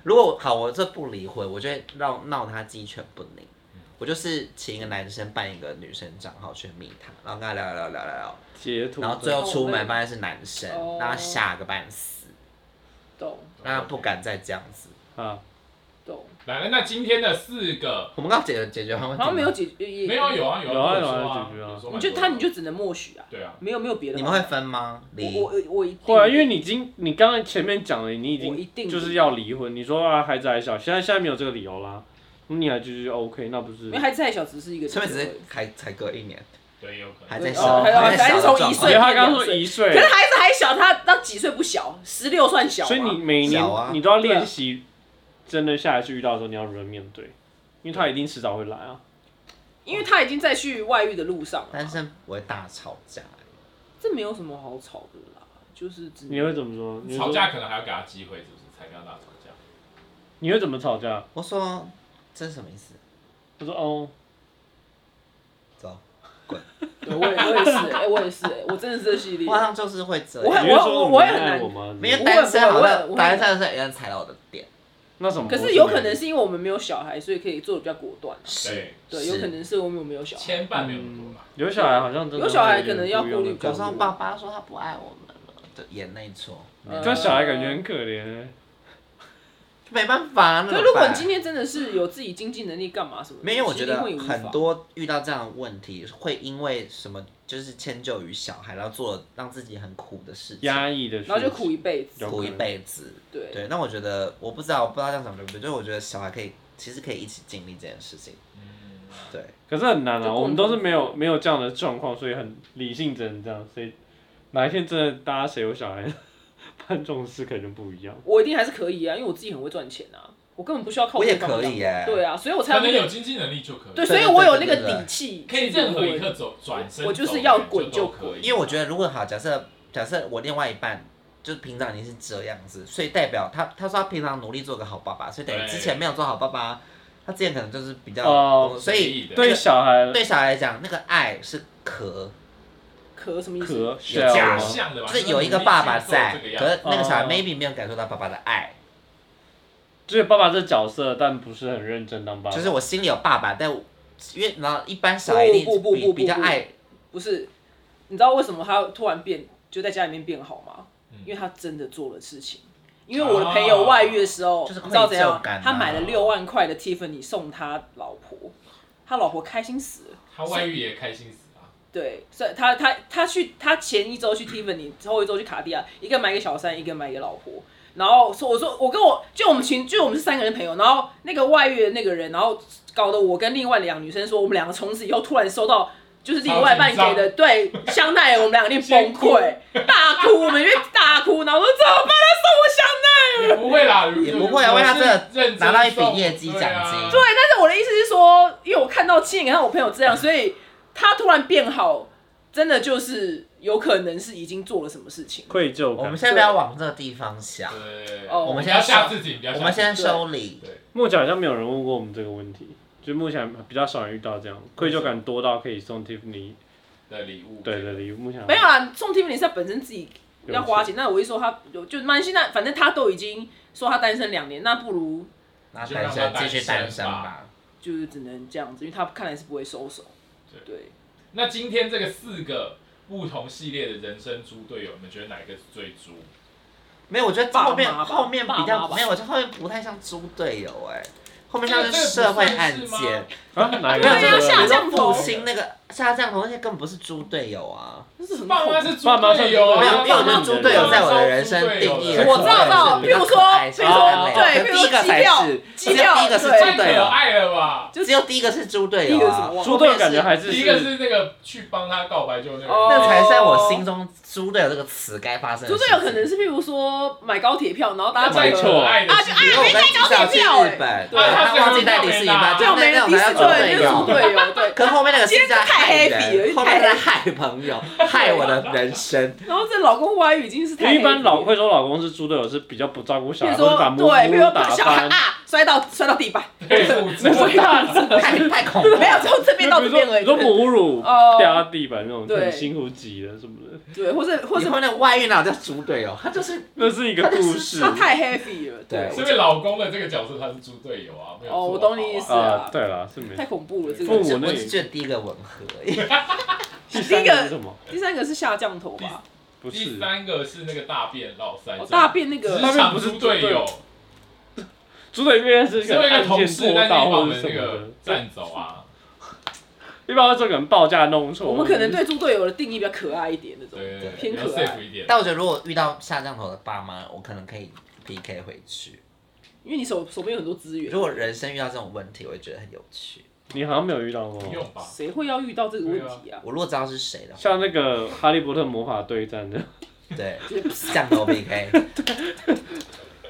Speaker 4: 如果好，我这不理会，我就会让闹他鸡犬不宁。
Speaker 2: 嗯
Speaker 4: 我就是请一个男生办一个女生账号去密他，然后跟他聊聊聊聊聊聊，
Speaker 3: 截图的，
Speaker 4: 然后最后
Speaker 2: 好
Speaker 4: 出
Speaker 2: 累
Speaker 4: 门发现是男生
Speaker 2: 哦，
Speaker 4: 让他吓个半死，
Speaker 2: 懂
Speaker 4: 让嗯他不。敢再这样子。
Speaker 3: 啊，
Speaker 2: 懂，
Speaker 1: 来，那今天的四个
Speaker 4: 我们刚刚解决解决方案，
Speaker 2: 好像没有解决，也
Speaker 1: 没有啊有啊
Speaker 3: 有啊
Speaker 1: 啊
Speaker 3: 有啊
Speaker 1: 说
Speaker 3: 解决啊
Speaker 1: 有说
Speaker 2: 你
Speaker 1: 蛮
Speaker 2: 就
Speaker 1: 多
Speaker 2: 他
Speaker 1: 的
Speaker 2: 你就只能默许啊，
Speaker 1: 对啊，
Speaker 2: 没有没有别的
Speaker 4: 你
Speaker 2: 方
Speaker 4: 们
Speaker 2: 法。
Speaker 4: 会分吗？离
Speaker 2: 我我我一定
Speaker 3: 会啊，因为你已经你刚才前面讲了，你已
Speaker 2: 我
Speaker 3: 经
Speaker 2: 一定
Speaker 3: 就是要离婚，你说啊孩子还小，现在现在没有这个理由啦，你还继续 OK，那不是
Speaker 2: 因为？孩子太小，只是一个
Speaker 4: 上面只
Speaker 2: 机
Speaker 4: 是
Speaker 2: 会
Speaker 4: 还才隔一年，
Speaker 1: 对，有可
Speaker 4: 还
Speaker 1: 能。
Speaker 4: 在
Speaker 3: 哦
Speaker 4: 小，
Speaker 2: 还
Speaker 4: 还
Speaker 2: 在
Speaker 4: 在
Speaker 2: 还在从
Speaker 4: 小状
Speaker 2: 一
Speaker 3: 所
Speaker 2: 岁
Speaker 3: 以
Speaker 4: 况。
Speaker 3: 他刚说一岁
Speaker 2: 可，是孩子还小，他到几岁不小，十六算小吗
Speaker 3: 所以你每年
Speaker 4: 小啊
Speaker 3: 你都要练习，真的下一次遇到的时候你要如何面对，因为他一定迟早会来啊。
Speaker 2: 因为他已经在去外遇的路上了
Speaker 4: 单
Speaker 2: 嘛，
Speaker 4: 身不会大吵架，
Speaker 2: 这没有什么好吵的啦，就是只
Speaker 3: 你会怎么说？你会
Speaker 1: 吵
Speaker 3: 说
Speaker 1: 架可能还要给他机会，是不是？才跟他大吵架。
Speaker 3: 你会怎么吵架？
Speaker 4: 我说这是什么意思？
Speaker 3: 他说哦，
Speaker 4: 走。
Speaker 2: 对我也我也是，哎，我也是，哎我真的是这系列
Speaker 4: 我好，像就是会这
Speaker 2: 我
Speaker 4: 样，
Speaker 2: 很
Speaker 3: 你会说哦
Speaker 2: 我
Speaker 3: 你
Speaker 2: 我也
Speaker 3: 很
Speaker 2: 很
Speaker 3: 爱
Speaker 2: 难
Speaker 3: 我吗？
Speaker 4: 因为
Speaker 2: 我
Speaker 4: 单身好
Speaker 2: 我
Speaker 4: 像
Speaker 2: 我
Speaker 4: 单身是有人踩到我的点，
Speaker 3: 那什么？
Speaker 2: 可是有可能是因为我们没有小孩，所以可以做的比较果断啊。
Speaker 1: 对，
Speaker 2: 对，有可能是我们没有小孩，
Speaker 1: 牵绊没有那么多啦。嗯
Speaker 3: 有小孩好像真的
Speaker 2: 有小孩
Speaker 3: 会点
Speaker 2: 可能要
Speaker 3: 不一样的
Speaker 2: 顾虑
Speaker 4: 有
Speaker 3: 感
Speaker 4: 时
Speaker 3: 觉
Speaker 4: 候爸爸说他不爱我们了，就眼泪戳，
Speaker 2: 呃
Speaker 3: 但啊小孩感觉很可怜欸。
Speaker 4: 没办法。
Speaker 2: 可是如果你今天真的是有自己经济能力，干嘛什么的？
Speaker 4: 没有，我觉得
Speaker 2: 其实一定会无法
Speaker 4: 很多遇到这样的问题，会因为什么就是迁就于小孩，然后做了让自己很苦的事情，
Speaker 3: 压抑的，
Speaker 2: 然后就苦一辈子。
Speaker 3: 有可
Speaker 4: 苦
Speaker 3: 能
Speaker 4: 一辈子。
Speaker 2: 对，
Speaker 4: 对，那我觉得我不知道，我不知道这样讲对不对，就是我觉得小孩可以，其实可以一起经历这件事情。
Speaker 1: 嗯，
Speaker 4: 对，
Speaker 3: 可是很难
Speaker 2: 就
Speaker 3: 啊，
Speaker 2: 共同
Speaker 3: 我们都是没有没有这样的状况，所以很理性，只能这样。所以哪一天真的大家谁有小孩， [laughs] 办这种事可能就不一样。
Speaker 2: 我一定还是可以啊，因为我自己很会赚钱啊，我根本不需要靠
Speaker 4: 我也
Speaker 2: 对方
Speaker 4: 可
Speaker 2: 养
Speaker 4: 以耶。
Speaker 2: 对啊，所以我 [laughs] 才
Speaker 1: 可
Speaker 2: 有
Speaker 1: 能
Speaker 2: 那
Speaker 1: 有
Speaker 2: 个
Speaker 1: 经济能力就可以，
Speaker 2: 对，
Speaker 4: 对
Speaker 2: 所以
Speaker 4: 对
Speaker 2: 我有那
Speaker 4: 对
Speaker 2: 个
Speaker 4: 对对
Speaker 2: 底气，
Speaker 1: 可以任何一刻走转身走，
Speaker 2: 我就是要滚
Speaker 1: 就
Speaker 2: 就
Speaker 1: 可以。
Speaker 4: 因为我觉得，如果好，假设假设我另外一半就是平常已经是这样子，所以代表他他说他平常努力做个好爸爸，所以等于
Speaker 1: 对
Speaker 4: 之前没有做好爸爸，他之前可能就是比较，
Speaker 3: 哦
Speaker 4: 所以
Speaker 1: 对
Speaker 3: 对小孩
Speaker 4: 对小孩来讲，那个爱是壳，
Speaker 2: 壳什么意思？
Speaker 3: 可
Speaker 4: 有
Speaker 3: 小
Speaker 1: 假
Speaker 3: 吗？
Speaker 1: 象的吧，
Speaker 4: 就是有一个爸爸在
Speaker 1: 就是你，
Speaker 4: 可是那个小孩
Speaker 3: 哦
Speaker 4: maybe 没有感受到爸爸的爱，
Speaker 3: 就是爸爸这角色，但不是很认真当爸爸。
Speaker 4: 就是我心里有爸爸，但我因为然后一般小孩一定
Speaker 2: 不不不不
Speaker 4: 比比较
Speaker 2: 不
Speaker 4: 爱，
Speaker 2: 不是，你知道为什么他突然变就在家里面变好吗？
Speaker 4: 嗯
Speaker 2: 因为他真的做了事情。因为我的朋友外遇的时候，
Speaker 4: 哦就是
Speaker 2: 你知道怎
Speaker 4: 愧
Speaker 2: 样
Speaker 4: 疚？感啊
Speaker 2: 他买了六万块的 Tiffany 送他老婆，他老婆开心死了。
Speaker 1: 他外遇也开心死啊。
Speaker 2: 对，所以他他他去他前一周去 Tiffany，后一周去卡地亚，一个买给小三，一个买给老婆。然后说我说我跟我就我们群就我们是三个人朋友，然后那个外遇的那个人，然后搞得我跟另外两个女生说，我们两个从此以后突然收到就是另外一半给的对香奈儿，我们两个一定崩溃大哭，我们就 [laughs] 大哭，然后我说怎么办？ [laughs] 他送我香奈儿。
Speaker 1: 也不会啦，
Speaker 4: 也不会啊，为他
Speaker 1: 这
Speaker 4: 真的拿到一笔业绩奖金，
Speaker 1: 对啊，
Speaker 2: 但是我的意思是说，因为我看到亲眼看到我朋友这样，所以他突然变好，真的就是有可能是已经做了什么事情。
Speaker 3: 愧疚
Speaker 4: 我
Speaker 3: 感
Speaker 4: 们。现在不要往这个地方想，
Speaker 1: 对，
Speaker 2: 哦
Speaker 1: 我
Speaker 2: 我
Speaker 1: 们
Speaker 2: 们
Speaker 1: 要
Speaker 4: 现在
Speaker 1: 吓自己，不要吓自己
Speaker 4: 我们现在收礼，
Speaker 3: 目前好像没有人问过我们这个问题，就目前比较少人遇到这样，愧疚感多到可以送 Tiffany
Speaker 1: 的礼物，
Speaker 3: 对的礼物。目前
Speaker 2: 没有啦，送 Tiffany 是他本身自己要花钱。那我一说他有就蛮现在，反正他都已经说他单身两年，那不如
Speaker 4: 那
Speaker 1: 就让他
Speaker 4: 单身
Speaker 1: 单
Speaker 4: 继续
Speaker 1: 身
Speaker 4: 单身
Speaker 1: 吧
Speaker 4: 吧。
Speaker 2: 就是只能这样子，因为他看来是不会收手。对，
Speaker 1: 那今天这个四个不同系列的人生猪队友，你们觉得哪一个是最猪？
Speaker 4: 没有，我觉得后面
Speaker 2: 爸妈吧
Speaker 4: 后面比
Speaker 2: 爸妈
Speaker 4: 较
Speaker 2: 吧
Speaker 4: 没有，我觉得后面不太像猪队友哎、后面像
Speaker 1: 这个
Speaker 4: 是社会案
Speaker 1: 这个不算是吗
Speaker 4: 件，
Speaker 3: 啊，哪一
Speaker 4: 没
Speaker 3: 个
Speaker 4: 有
Speaker 2: 对啊
Speaker 4: 就是
Speaker 2: 下降
Speaker 4: 比
Speaker 2: 头
Speaker 4: 如说复兴那个下降头那些根本不是猪队友啊，
Speaker 2: 这是很
Speaker 1: 爸
Speaker 2: 恐
Speaker 1: 妈是
Speaker 2: 怖
Speaker 1: 猪队友啊，
Speaker 4: 没有没有，
Speaker 1: 爸妈
Speaker 4: 那
Speaker 1: 是
Speaker 4: 猪队友在我的人生定义了，
Speaker 2: 我知道到
Speaker 4: 猪队
Speaker 2: 譬
Speaker 4: 友是比较
Speaker 2: 如说
Speaker 4: 可爱
Speaker 2: 譬
Speaker 3: 如说
Speaker 4: 可爱
Speaker 2: 对
Speaker 4: 可
Speaker 2: 譬如
Speaker 4: 是第
Speaker 2: 说
Speaker 4: 一个才是，
Speaker 2: 基
Speaker 4: 只
Speaker 2: 调
Speaker 4: 有第一个是
Speaker 2: 基调
Speaker 1: 太
Speaker 4: 猪队
Speaker 1: 可
Speaker 4: 友，
Speaker 1: 爱了吧！
Speaker 4: 只有第一个是猪队
Speaker 2: 第一个
Speaker 4: 友
Speaker 2: 是什
Speaker 4: 啊，
Speaker 2: 么？
Speaker 3: 猪队友感觉还是
Speaker 1: 第一个是那个去帮他告白就那个
Speaker 2: 哦
Speaker 1: 人，
Speaker 4: 那才在我心中猪队友这个词该发生的
Speaker 2: 猪
Speaker 4: 事情。
Speaker 2: 队友可能是譬如说买高铁票，然后大家
Speaker 1: 太
Speaker 2: 觉
Speaker 1: 可
Speaker 2: 得
Speaker 1: 爱的哦
Speaker 2: 啊就
Speaker 1: 系
Speaker 4: 因
Speaker 1: 列
Speaker 4: 为我跟
Speaker 2: 哎
Speaker 4: 至少去日本，
Speaker 2: 对
Speaker 4: 他忘记带迪士尼吧，
Speaker 1: 对
Speaker 2: 就
Speaker 4: 就
Speaker 2: 没
Speaker 4: 那
Speaker 2: 人
Speaker 4: 种
Speaker 2: 迪
Speaker 4: 才
Speaker 2: 士
Speaker 4: 叫
Speaker 2: 尼
Speaker 4: 猪队
Speaker 2: 对，就是
Speaker 4: 友
Speaker 2: 猪。队友对。
Speaker 4: 可是后面那个是
Speaker 2: 今天
Speaker 4: 在
Speaker 2: 太
Speaker 4: 人
Speaker 2: happy 了
Speaker 4: 后面在
Speaker 2: 太
Speaker 4: 害朋友，害我的人生。
Speaker 2: 然后这老公外遇已经是
Speaker 3: 因
Speaker 2: 太
Speaker 3: 为一般
Speaker 2: happy
Speaker 3: 老
Speaker 2: 了
Speaker 3: 会说老公是猪队友是比较不照顾小
Speaker 2: 比
Speaker 3: 孩，
Speaker 2: 如
Speaker 3: 或者把
Speaker 2: 说
Speaker 3: 木
Speaker 2: 对，比如
Speaker 3: 屋
Speaker 2: 说
Speaker 3: 打
Speaker 2: 把小孩
Speaker 3: 翻，
Speaker 2: 啊摔到摔到地板，
Speaker 1: 对，父子
Speaker 3: 那是大字。
Speaker 4: 太太恐怖了，
Speaker 2: 没有从 [laughs] 这边到
Speaker 3: 比
Speaker 2: 这
Speaker 3: 如说
Speaker 2: 边而
Speaker 3: 你
Speaker 2: 已。
Speaker 3: 说母乳
Speaker 2: 哦
Speaker 3: 掉到地板那种，
Speaker 2: 对
Speaker 3: 很辛苦极了什么的，
Speaker 2: 对，或者或
Speaker 4: 你
Speaker 2: 者
Speaker 4: 后面外遇哪叫猪队友？他就是
Speaker 3: 那是一个故事
Speaker 2: [laughs] 他太 happy 了，
Speaker 4: 对
Speaker 2: 对。
Speaker 1: 身为老公的这个角色，他是猪队友啊，没有
Speaker 2: 哦我
Speaker 1: 做好
Speaker 2: 懂你意思
Speaker 3: 啊
Speaker 2: 啊。
Speaker 3: 对啦，是没
Speaker 2: 太。恐怖了，这
Speaker 3: 父
Speaker 2: 个
Speaker 4: 我
Speaker 3: 母
Speaker 4: 只
Speaker 3: 那
Speaker 4: 我
Speaker 3: 里
Speaker 4: 只觉得第一个吻合，
Speaker 3: 第三个是什么？
Speaker 2: 第三个是下降头吧？
Speaker 3: 不
Speaker 1: 第
Speaker 3: 是，
Speaker 1: 三个是那个大便老三
Speaker 2: 哦，，大便那
Speaker 1: 职
Speaker 2: 个
Speaker 3: 那
Speaker 1: 场猪队友，
Speaker 3: 猪队友应该是
Speaker 1: 身为一
Speaker 3: 案
Speaker 1: 个同
Speaker 3: 件
Speaker 1: 事，
Speaker 3: 多
Speaker 1: 但是你把
Speaker 3: 到
Speaker 1: 我
Speaker 3: 或者
Speaker 1: 们
Speaker 3: 是
Speaker 1: 那
Speaker 3: 什么
Speaker 1: 个
Speaker 3: 的，
Speaker 1: 占走啊，
Speaker 3: 一般这可能报价弄错。
Speaker 2: 我们可能对猪队友的定义比较可爱一点那种。
Speaker 1: 对，对对
Speaker 2: 偏
Speaker 1: 你
Speaker 2: 可
Speaker 1: 要
Speaker 2: 爱
Speaker 1: safe 一点。
Speaker 4: [laughs] 但我觉得如果遇到下降头的爸妈，我可能可以 PK 回去。
Speaker 2: 因为你手手边有很多资源
Speaker 4: 如，果人生遇到这种问题，我会觉得很有趣。
Speaker 3: 你好像没有遇到过
Speaker 1: 不。用吧？
Speaker 2: 谁会要遇到这个问题啊？
Speaker 4: 我如果知道是谁的话，
Speaker 3: 像那个《哈利波特魔法对战》的，
Speaker 4: 对，降头 PK，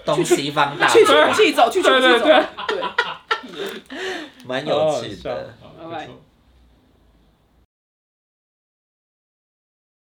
Speaker 4: 东西方大
Speaker 2: 去去
Speaker 4: 战
Speaker 2: 去走，去去
Speaker 3: 对对
Speaker 2: 去走，
Speaker 3: 对
Speaker 2: 对，
Speaker 4: 蛮有趣的。
Speaker 1: 好
Speaker 2: 拜拜
Speaker 1: 不错